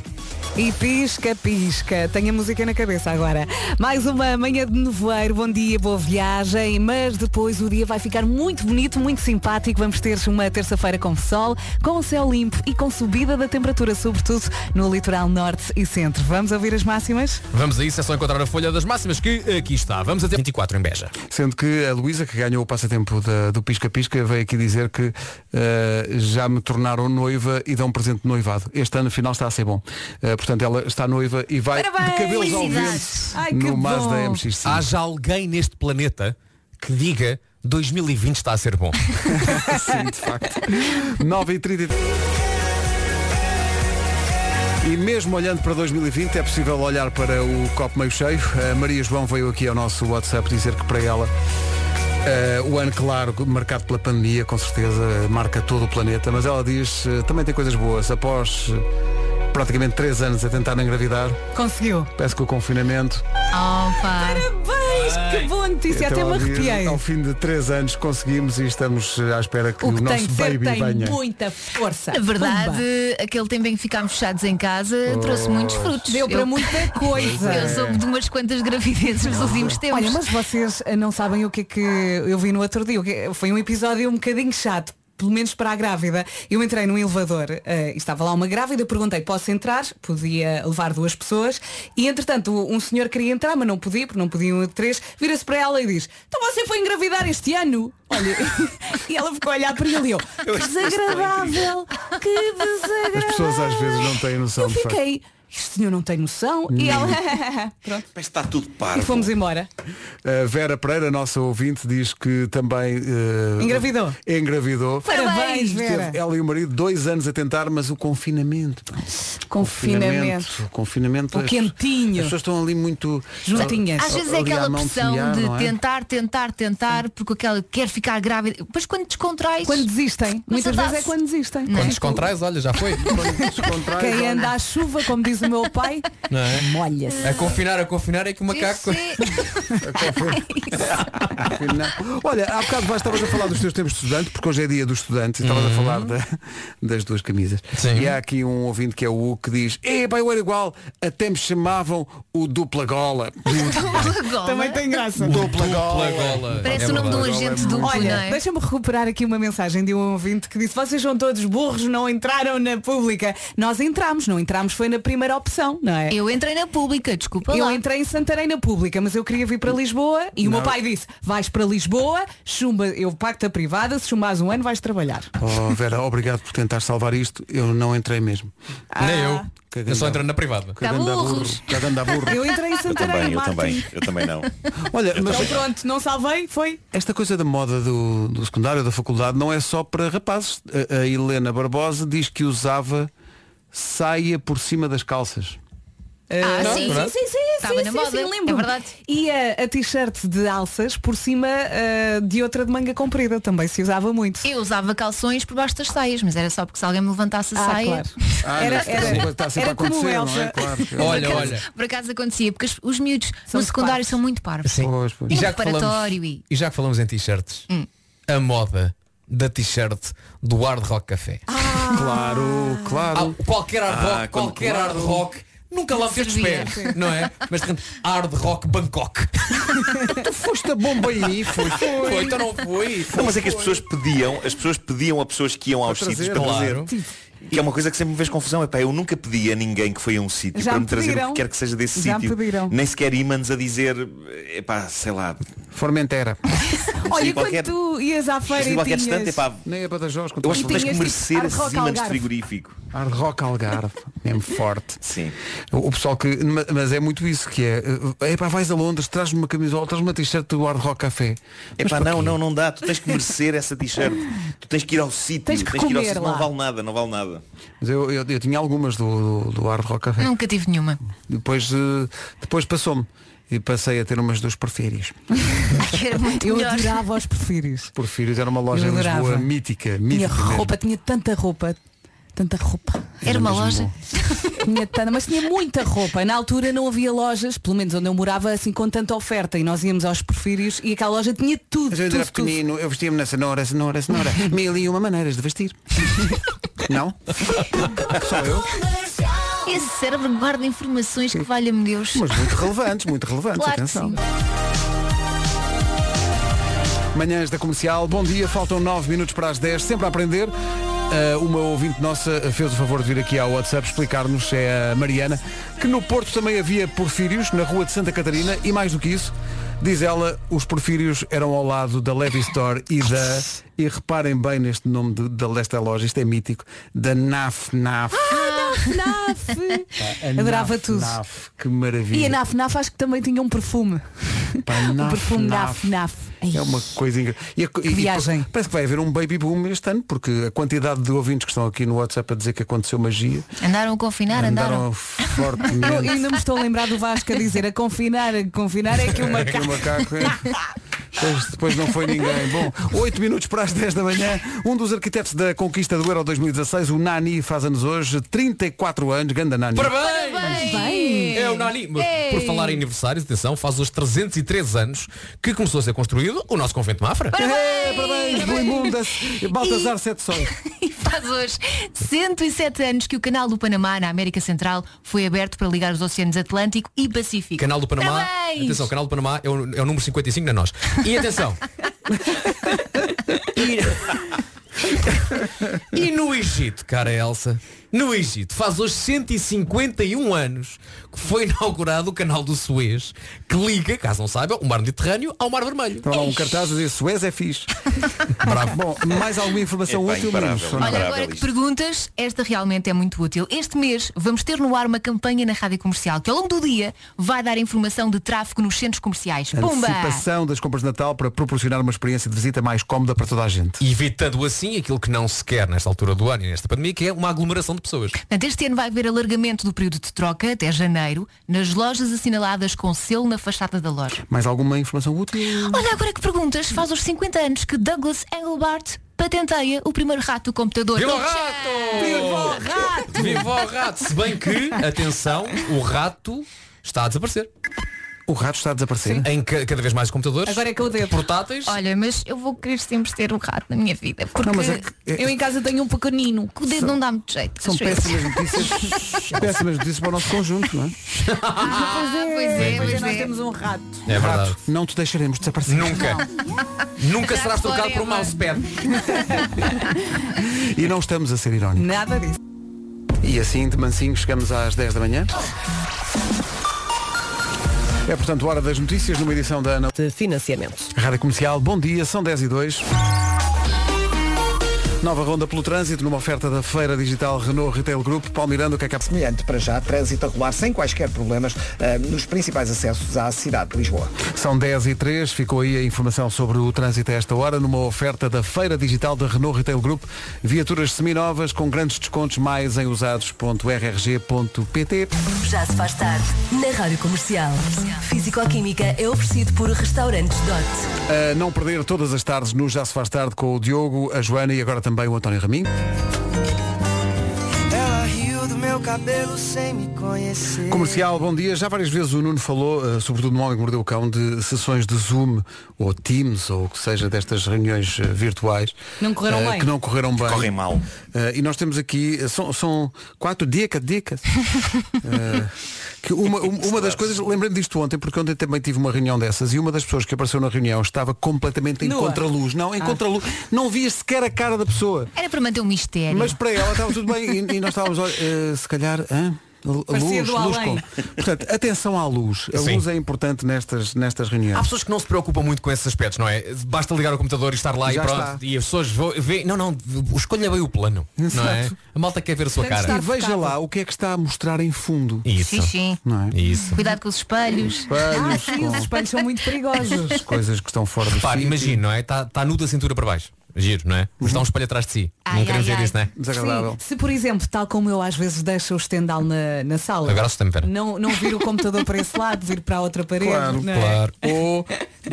E pisca, pisca. Tenho a música na cabeça agora. Mais uma manhã de nevoeiro. Bom dia, boa viagem. Mas depois o dia vai ficar muito bonito, muito simpático. Vamos ter uma terça-feira com sol, com o céu limpo e com subida da temperatura, sobretudo no litoral norte e centro. Vamos ouvir as máximas? Vamos a isso, é só encontrar a folha das máximas que aqui está. Vamos até 24 em Beja. Sendo que a Luísa, que ganhou o passatempo da- do Pisca Pisca, veio aqui dizer que eh, já me tornaram noiva e dão um presente de noivado. Este ano final está a ser bom. Eh, portanto, ela está noiva e vai de cabelos ao vento Ai, que no bom. Mazda MX-5. Haja alguém neste planeta que diga 2020 está a ser [laughs] bom. Sim, de facto. 9 e 30 e mesmo olhando para 2020 é possível olhar para o copo meio cheio. A Maria João veio aqui ao nosso WhatsApp dizer que para ela eh, o ano, claro, marcado pela pandemia, com certeza, marca todo o planeta, mas ela diz eh, também tem coisas boas. Após eh, praticamente 3 anos a tentar engravidar, conseguiu. Parece que o confinamento Oh, pá. Parabéns, que boa notícia. Até então, me ao dia- arrepiei. Ao fim de três anos conseguimos e estamos eh, à espera que o, O que tem nosso que ser baby tem venha. muita força. Na É verdade, Pumba. aquele tempo em que ficámos fechados em casa trouxe muitos frutos. Deu para Eu- muita coisa. é. Eu soube de umas quantas gravidezes nos últimos tempos. Olha, mas vocês eh, não sabem o que é que eu vi no outro dia. O que é- Foi um episódio um bocadinho chato. Pelo menos para a grávida. Eu entrei num elevador eh, e estava lá uma grávida, perguntei, posso entrar? Podia levar duas pessoas. E entretanto, o- um senhor queria entrar, mas não podia, porque não podiam três. Vira-se para ela e diz, então você foi engravidar este ano? Olha, [laughs] e ela ficou a olhar para ele e eu, que desagradável, que desagradável. As pessoas às vezes não têm noção Eu de facto. Hum. fiquei, este senhor não tem noção. E ela, pronto. Parece que está tudo [laughs] E parvo. fomos embora. A Vera Pereira, nossa ouvinte, diz que também eh, Engravidou. Engravidou. Parabéns, Esteve Vera. Ela e o marido dois anos a tentar, mas o confinamento. pá. Confinamento. O Confinamento. O as- quentinho. As pessoas estão ali muito Juntinhas. Às vezes é ali à aquela mão de pressão semear, de não é? tentar, tentar, tentar, porque aquela quer ficar grávida. Depois quando descontrais. Quando desistem. Muitas vezes é quando desistem. Não é? Quando descontrais, olha, já foi. é? Quem anda à chuva, como diz o meu pai, Não é? molha-se. A confinar, a confinar é que o macaco. [laughs] Não. Olha, há bocado vais, estavas a falar dos teus tempos de estudante, porque hoje é dia do estudante, e estavas a falar da- das duas camisas. E há aqui um ouvinte que é o U que diz, epá, eu era igual, até me chamavam o dupla [laughs] gola. Também tem graça. Dupla gola. É Parece o nome de um agente duplo, Olha, não é? deixa-me recuperar aqui uma mensagem de um ouvinte que disse vocês são todos burros, não entraram na pública. Nós entramos, não entramos foi na primeira opção, não é? Eu entrei na pública, desculpa Eu lá. entrei em Santarém na pública, mas eu queria vir para Lisboa e o meu Não. pai disse, vais para Lisboa, chumba, eu pacto a privada, se chumbares um ano vais trabalhar. Oh, Vera, obrigado por tentar salvar isto. Eu não entrei mesmo. Nem eu. Cagando Ah. Eu só a- entrei na privada. Cagando a burro. Cagando a [laughs] burro. Eu entrei em Santarém, Também, eu Marta. também, eu também não. Olha, mas Então pronto, não salvei, foi. Esta coisa da moda do, do secundário, da faculdade, não é só para rapazes. A, a Helena Barbosa diz que usava saia por cima das calças. Ah, Não, sim, não é? sim, sim, sim, Estava sim, na sim, moda, sim, é lembro. verdade. E a, a t-shirt de alças por cima ah, de outra de manga comprida, também se usava muito. Eu usava calções por baixo das saias, mas era só porque se alguém me levantasse a Ah, saia. claro. Era- mas era- essa coisa está sempre era a acontecer, comum, não é? Elsa. Claro. Oh, Olha, olha. Por acaso acontecia, porque os- os miúdos no secundário são muito parvos. Sim. E um preparatório e- e já que falamos em t-shirts, Hum. a moda da t-shirt do Hard Rock Café. Ah. Claro, claro. qualquer hard rock, Ah, quando- qualquer hard rock. Nunca lá fez de pé, Servia. não é? Mas de repente, hard rock Bangkok. Tu foste a bomba aí, foi. Foi, então não foi. Não, mas é que as pessoas pediam, as pessoas pediam a pessoas que iam aos trazer, sítios para claro. trazer. E é uma coisa que sempre me fez confusão. Epá, eu nunca pedi a ninguém que foi a um sítio Já para me me trazer o pediram. que quer que seja desse Já me sítio. pediram. Nem sequer ímãs a dizer, epá, sei lá, Formentera. Olha, Sim, e quando qualquer- tu ias à feira Sim, e qualquer tinhas... estante, epá, Nem é a Badajoz Eu acho que tu tens que merecer Hard esses Rock ímãs de Algarve. frigorífico. Hard Rock Algarve, mesmo forte. Sim. O o pessoal que. ma- Mas é muito isso que é. É pá, vais a Londres, traz-me uma camisola, traz-me uma t-shirt do Hard Rock Café. É Mas pá, para não, quê? não, não dá. Tu tens que merecer essa t-shirt. Tu tens que ir ao sítio. Tens que ir ao comer sítio. lá. Não vale nada, não vale nada. Mas eu, eu, eu tinha algumas do, do, do Hard Rock Café. Nunca tive nenhuma. Depois, eh, depois passou-me. E passei a ter umas dos Porfírios. Eu adorava os perfírios. Porfírios era uma loja Eu em Lisboa adorava. mítica, Tinha mítica mesmo. roupa, tinha tanta roupa. Tanta [laughs] roupa. Era Era uma mesmo loja? Tinha tanta, mas tinha muita roupa. Na altura não havia lojas, pelo menos onde eu morava, assim com tanta oferta. E nós íamos aos perfírios e aquela loja tinha tudo. Mas eu ainda tudo, era tudo. pequenino, eu vestia-me na cenoura, cenoura, cenoura. Mil e uma maneiras de vestir. não? Só eu? Esse cérebro guarda informações que valha-me Deus. Mas muito relevantes, muito relevantes, Claro que atenção. sim. Manhãs da Comercial, bom dia, faltam 9 minutos para as 10, sempre a aprender. Ah, uma ouvinte nossa fez o favor de vir aqui ao WhatsApp explicar-nos, é a Mariana, que no Porto também havia porfírios, na rua de Santa Catarina, e mais do que isso, diz ela, os porfírios eram ao lado da Levi Store e da... E reparem bem neste nome de- da- desta loja, isto é mítico, da NAF NAF. Ah, na FNAF! A Adorava NAF, tudo. NAF, que E a maravilha. na FNAF acho que também tinha um perfume. Pá, um NAF, perfume na NAF. FNAF. Ai. É uma coisa incrível. E, a co- e- e viagem. pa- parece que vai haver um baby boom este ano, porque a quantidade de ouvintes que estão aqui no WhatsApp a dizer que aconteceu magia. Andaram a confinar, andaram. Andaram fortemente. Eu [laughs] ainda me estou a lembrar do Vasco a dizer a confinar, a confinar é que o É que o macaco. macaco é. Pois, depois não foi ninguém. Bom, 8 minutos para as 10 da manhã. Um dos arquitetos da conquista do Euro 2016, o Nani, faz anos hoje, 34 anos. Ganda Nani. Parabéns! Parabéns! É o Nani. Ei! Por falar em aniversários, atenção, faz os 303 anos que começou a ser construído o nosso convento de Mafra. É, parabéns, Boimundas, Baltazar Sete Sóis. [laughs] E faz hoje 107 anos que o canal do Panamá, na América Central, foi aberto para ligar os oceanos Atlântico e Pacífico. Canal do Panamá. Parabéns! Atenção, Canal do Panamá é o, é o número 55 na nós. E [laughs] atenção. e, e no Egito, cara Elsa, no Egito, faz hoje 151 anos que foi inaugurado o canal do Suez, que liga, caso não saiba, o Mar Mediterrâneo ao Mar Vermelho. Estava lá um cartaz a dizer Suez é [laughs] fixe. Bravo. Bom, mais alguma informação Epá, útil, imparável, meninos? Ou não? Olha, agora que perguntas, esta realmente é muito útil. Este mês vamos ter no ar uma campanha na rádio comercial que ao longo do dia vai dar informação de tráfego nos centros comerciais. Pumba! Antecipação das compras de Natal para proporcionar uma experiência de visita mais cómoda para toda a gente. Evitando assim aquilo que não se quer nesta altura do ano e nesta pandemia, que é uma aglomeração de pessoas. Portanto, este ano vai haver alargamento do período de troca até janeiro nas lojas assinaladas com selo na fachada da loja. Mais alguma informação útil? Olha, agora que perguntas, faz os 50 anos que Douglas Engelbart patenteia o primeiro rato do computador. Viva o rato! Viva o rato! Se bem que, atenção, o rato está a desaparecer. O rato está a desaparecer. Em ca- cada vez mais computadores. Agora é que eu devo. Portáteis. Olha, mas eu vou querer sempre ter um rato na minha vida. Porque Não, mas é que- é- eu em casa tenho um pequenino. Que o dedo não dá muito jeito. São às vezes. péssimas notícias. péssimas notícias para o nosso conjunto, não é? Ah, pois é, pois é. Nós temos um rato. É verdade. Não te deixaremos desaparecer. Nunca. Nunca Já serás trocado por um forever. mousepad. E não estamos a ser irónicos. Nada disso. E assim, de mansinho, chegamos às 10 da manhã. É, portanto, hora das notícias numa edição da Ana. De financiamentos. Rádio Comercial, bom dia, são 10 e 2. Nova ronda pelo trânsito numa oferta da Feira Digital Renault Retail Group. Palmirando, o que é que há? Semelhante para já, trânsito a rolar sem quaisquer problemas eh, nos principais acessos à cidade de Lisboa. São 10 e 3, ficou aí a informação sobre o trânsito a esta hora, numa oferta da Feira Digital da Renault Retail Group. Viaturas seminovas com grandes descontos, mais em usados.rrg.pt. Já se faz tarde, na Rádio Comercial. Físico-Química é oferecido por Restaurantes Dot. A Ah, não perder todas as tardes no Já se faz tarde com o Diogo, a Joana e agora também o António Raminho. Ela riu do meu cabelo sem me conhecer. Comercial, bom dia. Já várias vezes o Nuno falou, eh, sobretudo no Homem que Mordeu o Cão, de sessões de Zoom ou Teams ou o que seja destas reuniões eh, virtuais. Não correram eh, bem. Que não correram bem. correm mal. Eh, e nós temos aqui, eh, são, são quatro dicas, dicas. Eh, que uma, um- uma das coisas, lembrei-me disto ontem, porque ontem também tive uma reunião dessas e uma das pessoas que apareceu na reunião estava completamente em Nua. contraluz. Não, em Ah. contraluz. Não via sequer a cara da pessoa. Era para manter um mistério. Mas para ela estava tudo bem e, e nós estávamos, olha, eh, se calhar, hã? L- Parecia luz, do luz além. com- Portanto, atenção à luz. A Sim. luz é importante nestas, nestas Há reuniões. pessoas que não se preocupam muito com esses aspectos, não é? Basta ligar o computador e estar lá Já e pronto. está. E as pessoas vão ver. Não, não, escolha bem o plano. Não é? Exato. A malta quer ver a sua cara. E veja lá o que é que está a mostrar em fundo. Isso. Sim, sim. Não é? Isso. Cuidado com os espelhos. Espelhos, Ah, sim, os com- espelhos são muito As [laughs] perigosos. coisas que estão fora do Repare, sítio. imagina, não é? Está tá nu da cintura para baixo. Giro, não é? Mas está um espelho atrás de si. Uhum. Ai, não queremos ai, ver ai. isso, não é? Sim, se por exemplo, tal como eu às vezes deixo o estendal na, na sala, Agora assusta-me, pera. não, não vir o computador para esse lado, vir para a outra parede. Claro, não é? claro. Ou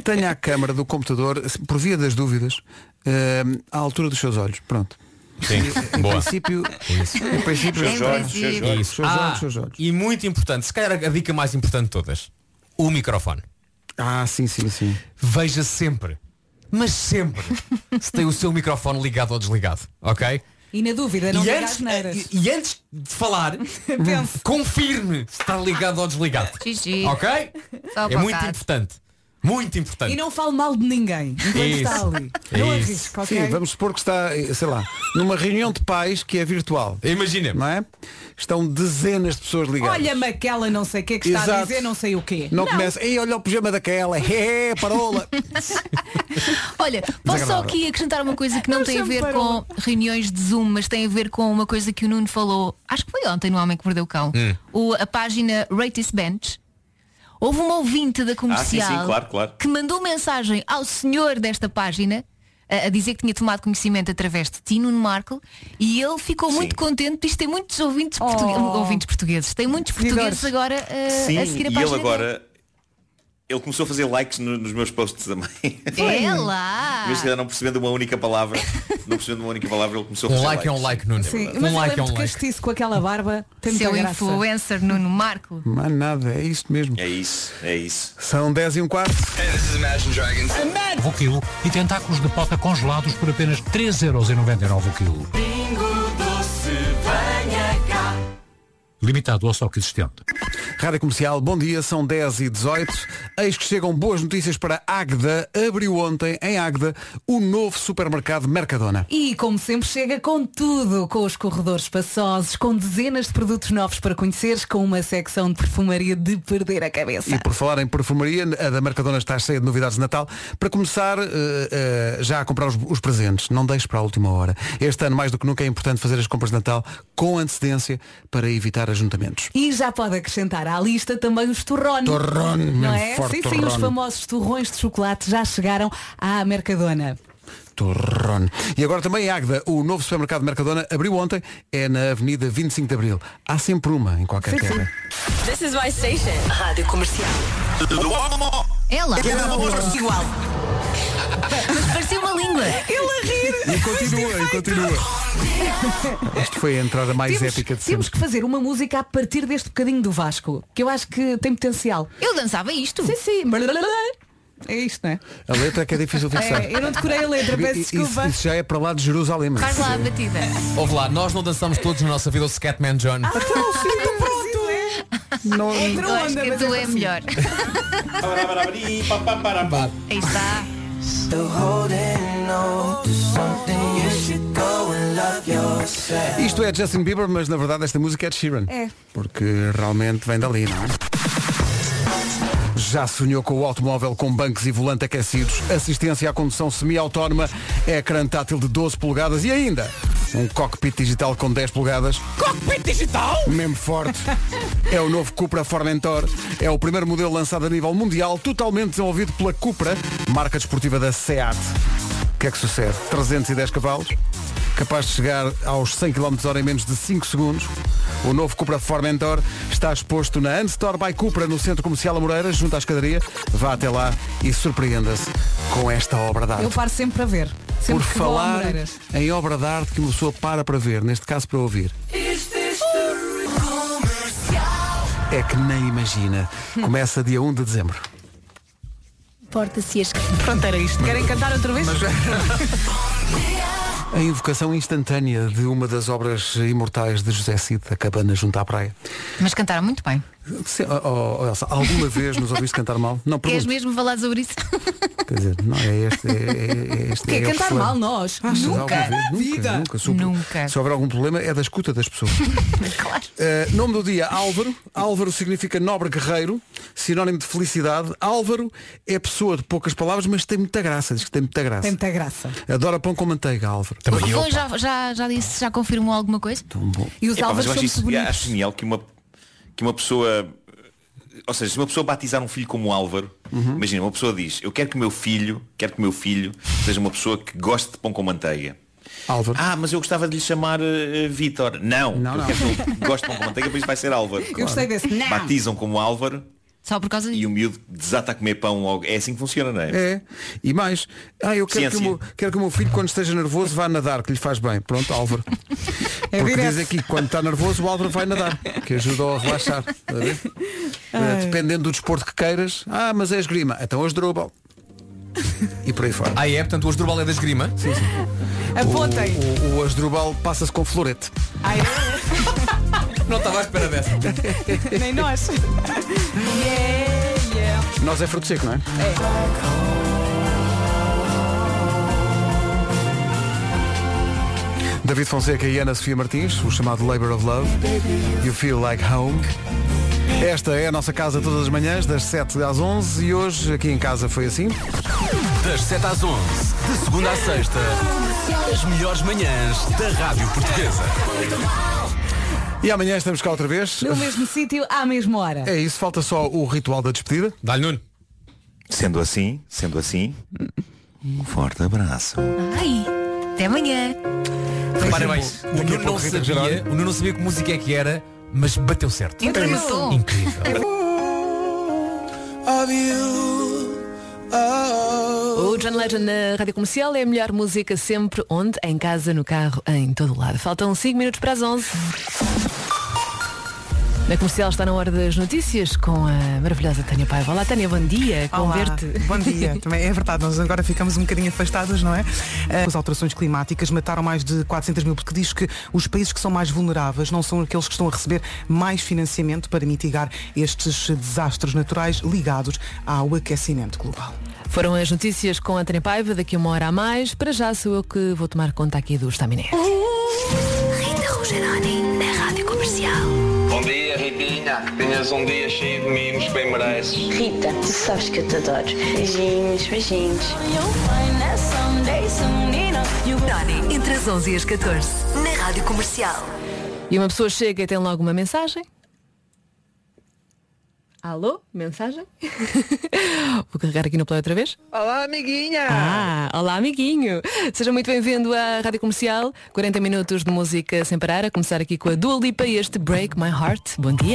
tenha a câmara do computador, se- por via das dúvidas, hum, à altura dos seus olhos. Pronto. Sim, Em boa. princípio, em princípio, Seus olhos, seus olhos. Seus Ah, olhos, seus olhos. E muito importante, se calhar a dica mais importante de todas, o microfone. Ah, sim, sim, sim. Veja sempre, mas [laughs] sempre, se tem o seu microfone ligado ou desligado, ok? E na dúvida, não E diga antes- asneiras. E, e antes de [laughs] falar, confirme se está ligado ou desligado. Xixi. Ok? Só É um muito bocado. importante. Muito importante. E não falo mal de ninguém. Enquanto está ali. Não arrisco, ok? Sim, vamos supor que está, eh, sei lá, numa reunião de pais que é virtual. Imagina. Não é? Estão dezenas de pessoas ligadas. Olha-me aquela não sei o que é que está a Exato. dizer, não sei o quê. Não, começa, ei, olha o pijama daquela, [laughs] é, parola. Olha, posso só Desagradável. aqui acrescentar uma coisa que não, Não tem a chame ver para com reuniões de Zoom, mas tem a ver com uma coisa que o Nuno falou, acho que foi ontem no Homem que Mordeu o Cão, Hum. o, a página Ratis Bench. Houve uma ouvinte da Ah, sim, comercial sim, claro, claro. que mandou mensagem ao senhor desta página a, a dizer que tinha tomado conhecimento através de ti, Nuno Marco, e ele ficou muito contente, diz que tem muitos ouvintes, portugue- Oh. ouvintes portugueses, tem muitos portugueses agora uh, Sim, a seguir a e página. ele agora. Ele começou a fazer likes no- nos meus posts também. dele. É lá! Mas se calhar não percebendo uma única palavra. Não percebendo uma única palavra, ele começou a Um fazer. like é um likes. like, Nuno. Sim, Um mas like eu é lembro um de like. castiço com aquela barba. Tem muita Seu é- graça. influencer Nuno Marco. Mas nada, é isto mesmo. É isso, é isso. São 10 e um quarto. O quilo e tentáculos de pota congelados por apenas 3,99€ o quilo. Pingo doce, venha cá. Limitado ao estoque existente. Rádio Comercial, bom dia, são 10 e 18. Eis que chegam boas notícias para Águeda. Abriu ontem, em Águeda, o novo supermercado Mercadona. E como sempre chega com tudo, com os corredores espaçosos, com dezenas de produtos novos para conheceres, com uma secção de perfumaria de perder a cabeça. E por falar em perfumaria, a da Mercadona está cheia de novidades de Natal. Para começar, eh, eh, já a comprar os, os presentes. Não deixe para a última hora. Este ano, mais do que nunca, é importante fazer as compras de Natal com antecedência para evitar ajuntamentos. E já pode acrescentar à lista também os torrones. Torrone, não mesmo é? forte Sim, sim, torrone. os famosos torrões de chocolate já chegaram à Mercadona. Torrone. E agora também em Águeda, o novo supermercado Mercadona abriu ontem, é na Avenida 25 de Abril. Há sempre uma em qualquer terra. This is my station. Rádio Comercial. Ela. Igual. É Mas parecia uma língua. Ele a rir. [laughs] E continua, é e continua. Isto foi a entrada mais temos, épica de temos sempre. que fazer uma música a partir deste bocadinho do Vasco, que eu acho que tem potencial. Eu dançava isto. Sim, sim. É isto, não é? A letra é que é difícil fixar. É, eu não decorei a letra, peço Isso- desculpa. Isso, já é para lá de Jerusalém. mas- [laughs] Faz lá a batida. Ouve lá, nós não dançamos todos na nossa vida o Scatman John. Ah. Não, Eu acho que a tua é melhor. Aí está. Isto é Justin Bieber, mas na verdade esta música é de Sheeran. É. Porque realmente vem dali, não é? Já sonhou com o automóvel com bancos e volante aquecidos, assistência à condução semi-autónoma, ecrã tátil de 12 polegadas e ainda um cockpit digital com 10 polegadas. Cockpit digital? Mesmo forte. É o novo Cupra Formentor. É o primeiro modelo lançado a nível mundial, totalmente desenvolvido pela Cupra, marca desportiva da SEAT. O que é que sucede? 310 cavalos, capaz de chegar aos 100 km h em menos de 5 segundos. O novo Cupra Formentor está exposto na Unstore by Cupra, no Centro Comercial Amoreira, junto à escadaria. Vá até lá e surpreenda-se com esta obra de arte. Eu paro sempre para ver. Por Sempre que vou a falar Amoreiras. em obra de arte que uma pessoa para para ver, neste caso para ouvir. É que nem imagina. Começa dia 1 de dezembro. Porta-se as... Pronto, era isto. Querem cantar outra vez? A invocação instantânea de uma das obras imortais de José Cid, a cabana junto à praia. Mas cantaram muito bem. Se- oh, oh, Elsa, alguma vez nos ouviste cantar mal? Não, Queres pergunto. mesmo falar sobre isso? Quer dizer, não, é este. É, é este O quê? é Cantar problema. mal nós? Achas Nunca alguma na Nunca, vida. Nunca. Se, o- Nunca. se houver algum problema, é da escuta das pessoas. [laughs] claro. Eh, nome do dia, Álvaro. Álvaro significa nobre guerreiro, sinónimo de felicidade. Álvaro é pessoa de poucas palavras, mas tem muita graça. Diz que tem muita graça. Tem muita graça. Adora pão com manteiga, Álvaro. O Rui já, já, já disse, já confirmou alguma coisa? E os Epá, mas Álvaros eu são acho, muito isso, bonitos. acho genial que uma, que uma pessoa. Ou seja, se uma pessoa batizar um filho como Álvaro, imagina, uma pessoa diz, eu quero que o meu filho, quero que o meu filho seja uma pessoa que goste de pão com manteiga. Álvaro. Ah, mas eu gostava de lhe chamar eh, Vítor. Não, eu quero que ele goste de pão com manteiga, por isso vai ser Álvaro. gostei desse. Não. Batizam como Álvaro Só por causa disso. e o miúdo desata a comer pão logo. É assim que funciona, não é? É. E mais, ah, eu quero que, Ciência. o meu, quero que o meu filho, quando esteja nervoso, vá nadar, que lhe faz bem. Pronto, Álvaro. [laughs] É Porque direto. diz aqui que quando está nervoso, o Álvaro vai nadar, que ajuda a relaxar. Está a ver? Ah. Eh, Dependendo do desporto que queiras, ah, mas é esgrima. Então hoje drobal. E por aí fora. Ah, é? Portanto, o Asdrubal é da esgrima? Sim, sim. Apontem. O, o, o Asdrubal passa-se com florete. Não estava à espera dessa. Nem nós. yeah, yeah. Nós é fruto seco, não é? David Fonseca e Ana Sofia Martins, o chamado Labor of Love. You Feel Like Home. Esta é a nossa casa todas as manhãs, das 7 às 11 e hoje aqui em casa foi assim. Das 7 às 11, de segunda à sexta, as melhores manhãs da Rádio Portuguesa. E amanhã estamos cá outra vez. No mesmo sítio, à mesma hora. É isso, falta só o ritual da despedida. Dá-lhe Nuno. Sendo assim, sendo assim, um forte abraço. Ai, até amanhã. Reparem bem, o Beijinho. Nuno, não sabia, o Nuno não sabia que música é que era, mas bateu certo. Entra no É som. Incrível. O John Legend na Rádio Comercial é a melhor música sempre, onde? Em casa, no carro, em todo o lado. Faltam 5 minutos para as 11. Na Comercial está na hora das notícias com a maravilhosa Tânia Paiva. Olá Tânia, bom dia, bom Olá, ver-te. Bom dia. Também é verdade, nós agora ficamos um bocadinho afastados, não é? Eh, As alterações climáticas mataram mais de 400 mil, porque diz que os países que são mais vulneráveis não são aqueles que estão a receber mais financiamento para mitigar estes desastres naturais ligados ao aquecimento global. Foram as notícias com a Tânia Paiva, daqui a uma hora a mais. Para já sou eu que vou tomar conta aqui do Estaminé. Rita Rogeroni, na Rádio Comercial. Bom dia, Ritinha. Que tenhas um dia cheio de mimos que bem mereces. Rita, tu sabes que eu te adoro. Beijinhos, beijinhos. Dani, entre as 11 e as 14, na Rádio Comercial. E uma pessoa chega e tem logo uma mensagem. Alô? Mensagem? [laughs] Vou carregar aqui no play outra vez. Olá, amiguinha. Ah, olá amiguinho! Seja muito bem-vindo à Rádio Comercial. 40 minutos de música sem parar, a começar aqui com a Dua Lipa e este Break My Heart. Bom dia!